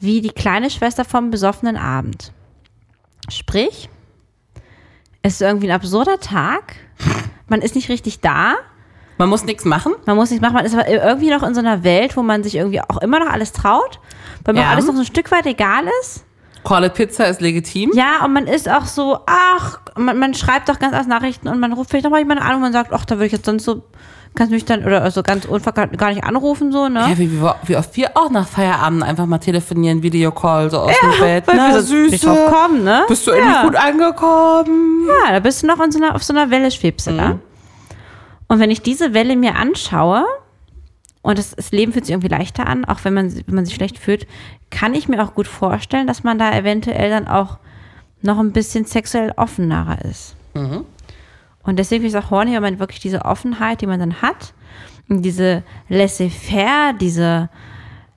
Speaker 3: wie die kleine Schwester vom besoffenen Abend. Sprich, es ist irgendwie ein absurder Tag, man ist nicht richtig da,
Speaker 2: man muss nichts machen.
Speaker 3: man muss nicht machen, man ist aber irgendwie noch in so einer Welt, wo man sich irgendwie auch immer noch alles traut, weil mir
Speaker 2: Ja.
Speaker 3: auch alles noch so ein Stück weit egal ist.
Speaker 2: Call it Pizza ist legitim.
Speaker 3: Ja, und man ist auch so, ach, man, man schreibt doch ganz aus Nachrichten und man ruft vielleicht nochmal jemanden an und man sagt, ach, da würde ich jetzt sonst so ganz nüchtern oder so ganz unverkannt gar nicht anrufen, so, ne?
Speaker 2: Ja, wie, wie, wie oft wir auch nach Feierabend einfach mal telefonieren, Videocall, so aus dem Bett. ne?
Speaker 3: weil wir so nicht drauf kommen, ne?
Speaker 2: Bist du endlich
Speaker 3: Ja.
Speaker 2: gut angekommen?
Speaker 3: Ja, da bist du noch an so einer, auf so einer Welle schwebst du da. Und wenn ich diese Welle mir anschaue, und das, das Leben fühlt sich irgendwie leichter an, auch wenn man, wenn man sich schlecht fühlt, kann ich mir auch gut vorstellen, dass man da eventuell dann auch noch ein bisschen sexuell offener ist. Und deswegen finde ich es auch horny, wenn man wirklich diese Offenheit, die man dann hat, und diese laissez-faire, diese,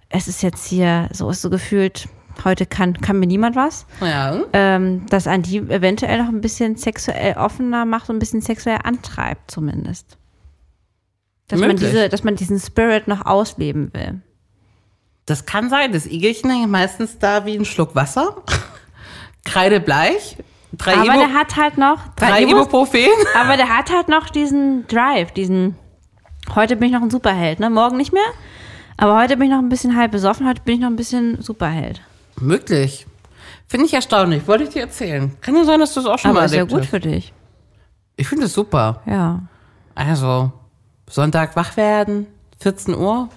Speaker 3: es ist jetzt hier, so ist so gefühlt, heute kann, kann mir niemand was,
Speaker 2: Ja.
Speaker 3: ähm, dass an die eventuell noch ein bisschen sexuell offener macht und ein bisschen sexuell antreibt zumindest. Dass man,
Speaker 2: Möglich.
Speaker 3: diese, dass man diesen Spirit noch ausleben will.
Speaker 2: Das kann sein. Das Igelchen hängt meistens da wie ein Schluck Wasser. Kreidebleich. Drei,
Speaker 3: aber
Speaker 2: Ibu
Speaker 3: der hat halt noch,
Speaker 2: drei
Speaker 3: Ibu-
Speaker 2: Ibuprofen.
Speaker 3: aber der hat halt noch diesen Drive, diesen, heute bin ich noch ein Superheld, ne? morgen nicht mehr, aber heute bin ich noch ein bisschen halb besoffen, heute bin ich noch ein bisschen Superheld.
Speaker 2: Möglich. Finde ich erstaunlich. Wollte ich dir erzählen. Kann ja sein, dass du es auch schon
Speaker 3: Aber
Speaker 2: mal
Speaker 3: ist ja
Speaker 2: erlebt
Speaker 3: gut
Speaker 2: hast.
Speaker 3: für dich.
Speaker 2: Ich finde es super.
Speaker 3: Ja.
Speaker 2: Also, Sonntag wach werden, 14 Uhr,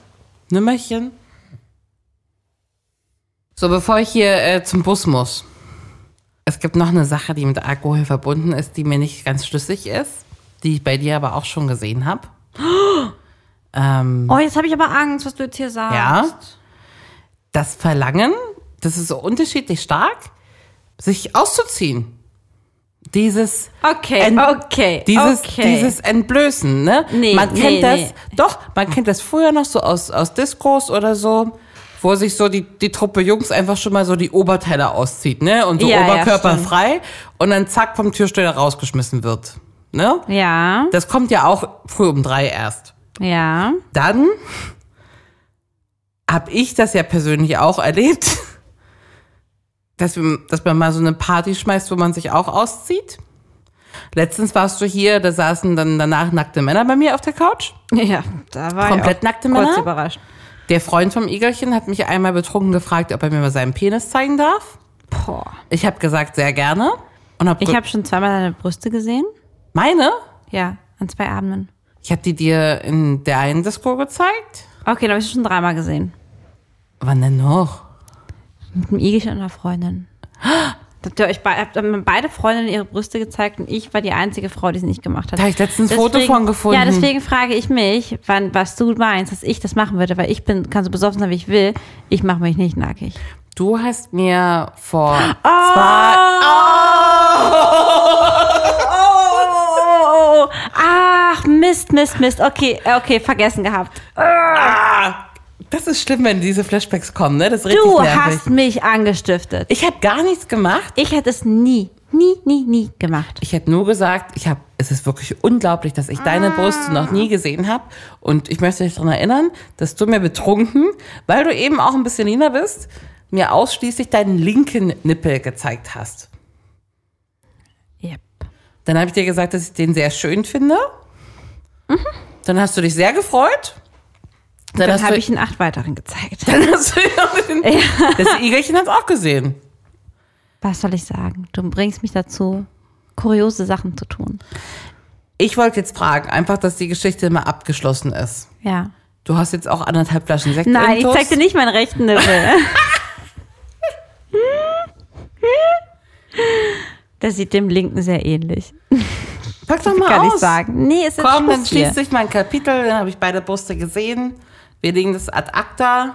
Speaker 2: Nimmerchen. So, bevor ich hier äh, zum Bus muss. Es gibt noch eine Sache, die mit Alkohol verbunden ist, die mir nicht ganz schlüssig ist, die ich bei dir aber auch schon gesehen habe. Ähm,
Speaker 3: Oh, jetzt habe ich aber Angst, was du jetzt hier sagst.
Speaker 2: ja. Das Verlangen, das ist so unterschiedlich stark, sich auszuziehen. Dieses
Speaker 3: Okay,
Speaker 2: Ent-
Speaker 3: okay,
Speaker 2: dieses,
Speaker 3: okay.
Speaker 2: dieses Entblößen, ne?
Speaker 3: Nee,
Speaker 2: man kennt
Speaker 3: nee,
Speaker 2: das,
Speaker 3: nee.
Speaker 2: doch, man kennt das früher noch so aus, aus Discos oder so, wo sich so die, die Truppe Jungs einfach schon mal so die Oberteile auszieht, ne? Und so
Speaker 3: Ja, ja,
Speaker 2: oberkörperfrei und dann zack vom Türsteher rausgeschmissen wird, ne?
Speaker 3: ja,
Speaker 2: Das kommt ja auch früh um drei erst
Speaker 3: ja.
Speaker 2: dann habe ich das ja persönlich auch erlebt, dass, wir, dass man mal so eine Party schmeißt, wo man sich auch auszieht. Letztens warst du hier, da saßen dann danach nackte Männer bei mir auf der Couch.
Speaker 3: Ja, da war
Speaker 2: Komplett
Speaker 3: ich auch
Speaker 2: nackte
Speaker 3: kurz
Speaker 2: Männer?
Speaker 3: überrascht.
Speaker 2: Der Freund vom Igelchen hat mich einmal betrunken gefragt, ob er mir mal seinen Penis zeigen darf.
Speaker 3: Boah.
Speaker 2: Ich habe gesagt, sehr gerne. Und hab
Speaker 3: Ich
Speaker 2: ge-
Speaker 3: habe schon zweimal deine Brüste gesehen.
Speaker 2: meine,
Speaker 3: Ja, an zwei Abenden.
Speaker 2: ich habe die dir in der einen Disco gezeigt.
Speaker 3: Okay, dann habe ich schon dreimal gesehen.
Speaker 2: Wann denn noch?
Speaker 3: Mit einem Igelchen und einer Freundin. Da Habt ihr euch bei, habt haben beide Freundinnen ihre Brüste gezeigt und ich war die einzige Frau, die es nicht gemacht hat.
Speaker 2: Da hab ich letztens ein Foto von gefunden.
Speaker 3: Ja, deswegen frage ich mich, wann, was du meinst, dass ich das machen würde, weil ich bin, kann so besoffen sein, wie ich will. Ich mache mich nicht nackig.
Speaker 2: Du hast mir vor zwei. Oh!
Speaker 3: Oh, ach, Mist, Mist, Mist. Okay, äh, okay, vergessen gehabt.
Speaker 2: Ah, das ist schlimm, wenn diese Flashbacks kommen, ne? Das ist richtig
Speaker 3: Du
Speaker 2: nervig.
Speaker 3: hast mich angestiftet.
Speaker 2: ich habe gar nichts gemacht.
Speaker 3: Ich hätte es nie, nie, nie, nie gemacht.
Speaker 2: Ich hätte nur gesagt, ich habe. Es ist wirklich unglaublich, dass ich deine
Speaker 3: Ah.
Speaker 2: Brust noch nie gesehen habe. Und ich möchte dich daran erinnern, dass du mir betrunken, weil du eben auch ein bisschen leaner bist, mir ausschließlich deinen linken Nippel gezeigt hast.
Speaker 3: Yep.
Speaker 2: Dann habe ich dir gesagt, dass ich den sehr schön finde. Dann hast du dich sehr gefreut. Dann,
Speaker 3: Mhm. Dann
Speaker 2: hast
Speaker 3: habe
Speaker 2: du,
Speaker 3: ich einen acht weiteren gezeigt.
Speaker 2: dann hast du noch den, Das Igelchen hat es auch gesehen.
Speaker 3: Was soll ich sagen? Du bringst mich dazu, kuriose Sachen zu tun.
Speaker 2: Ich wollte jetzt fragen, einfach, dass die Geschichte immer abgeschlossen ist.
Speaker 3: Ja.
Speaker 2: Du hast jetzt auch anderthalb Flaschen Sekt
Speaker 3: Nein, ich
Speaker 2: intus.
Speaker 3: zeig dir nicht meinen rechten Nippel. Das sieht dem linken sehr ähnlich.
Speaker 2: Pack doch mal
Speaker 3: Kann
Speaker 2: aus.
Speaker 3: ich sagen. Nee, es ist
Speaker 2: Komm, dann
Speaker 3: Schluss hier.
Speaker 2: schließt sich mein Kapitel. Dann habe ich beide Brüste gesehen. Wir legen das ad acta.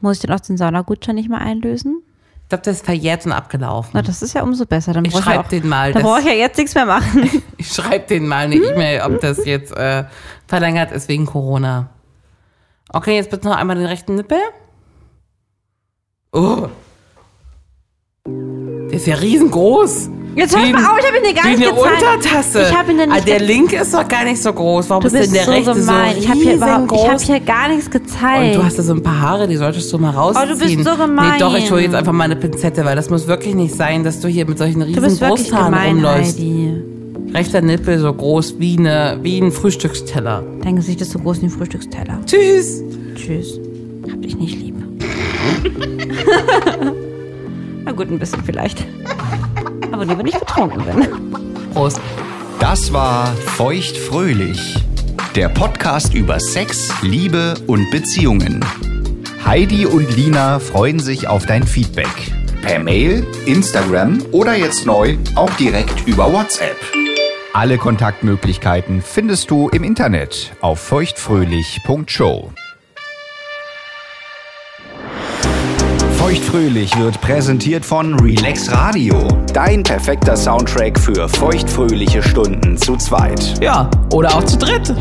Speaker 3: Muss ich denn auch den Saunagutschein nicht mal einlösen?
Speaker 2: Ich glaube, der ist verjährt und abgelaufen.
Speaker 3: Na, das ist ja umso besser. Dann
Speaker 2: Ich
Speaker 3: brauch
Speaker 2: schreib
Speaker 3: ja auch-
Speaker 2: den mal,
Speaker 3: Dann
Speaker 2: das-
Speaker 3: brauche ich ja jetzt nichts mehr machen.
Speaker 2: Ich schreibe denen mal eine
Speaker 3: Hm?
Speaker 2: E-Mail, ob das jetzt äh, verlängert ist wegen Corona. Okay, jetzt bitte noch einmal den rechten Nippel. Oh. Der ist ja riesengroß.
Speaker 3: Jetzt hört
Speaker 2: Wie
Speaker 3: mal
Speaker 2: ein-
Speaker 3: auf, ich habe ihn dir gar
Speaker 2: Wie
Speaker 3: nicht
Speaker 2: eine
Speaker 3: gezeigt.
Speaker 2: Untertasse.
Speaker 3: Ich habe ihn dir nicht
Speaker 2: ah, Der
Speaker 3: ge-
Speaker 2: linke ist doch gar nicht so groß. Warum
Speaker 3: Du
Speaker 2: ist denn
Speaker 3: bist
Speaker 2: der
Speaker 3: so
Speaker 2: rechte
Speaker 3: gemein.
Speaker 2: so
Speaker 3: ich habe hier überhaupt ich hab
Speaker 2: riesengroß?
Speaker 3: hier gar nichts
Speaker 2: Und
Speaker 3: gezeigt.
Speaker 2: du hast da so ein paar Haare, die solltest du mal rausziehen.
Speaker 3: bist so gemein.
Speaker 2: Nee, doch, ich hole jetzt einfach mal eine Pinzette, weil das muss wirklich nicht sein, dass du hier mit solchen
Speaker 3: du
Speaker 2: riesen
Speaker 3: bist wirklich
Speaker 2: Brusthaaren
Speaker 3: gemein,
Speaker 2: rumläufst.
Speaker 3: Heidi.
Speaker 2: Rechter Nippel so groß wie, eine, wie ein Frühstücksteller.
Speaker 3: Dein Gesicht ist so groß wie ein Frühstücksteller.
Speaker 2: Tschüss.
Speaker 3: Tschüss. Hab dich nicht lieb. Na gut, ein bisschen vielleicht. Aber nur, wenn ich betrunken bin.
Speaker 2: Prost.
Speaker 1: Das war Feuchtfröhlich, der Podcast über Sex, Liebe und Beziehungen. Heidi und Lina freuen sich auf dein Feedback. Per Mail, Instagram oder jetzt neu auch direkt über WhatsApp. Alle Kontaktmöglichkeiten findest du im Internet auf feuchtfröhlich.show. Feuchtfröhlich wird präsentiert von Relax Radio. Dein perfekter Soundtrack für feuchtfröhliche Stunden zu zweit.
Speaker 4: Ja, oder auch zu dritt.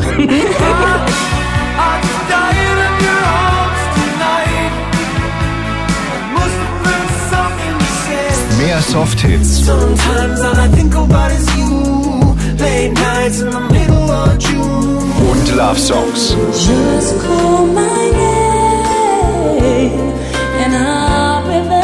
Speaker 1: Mehr Softhits,
Speaker 5: Sometimes all I think about is you. Late nights in the middle of June.
Speaker 1: und Love Songs.
Speaker 6: Just call my name and I'll be there.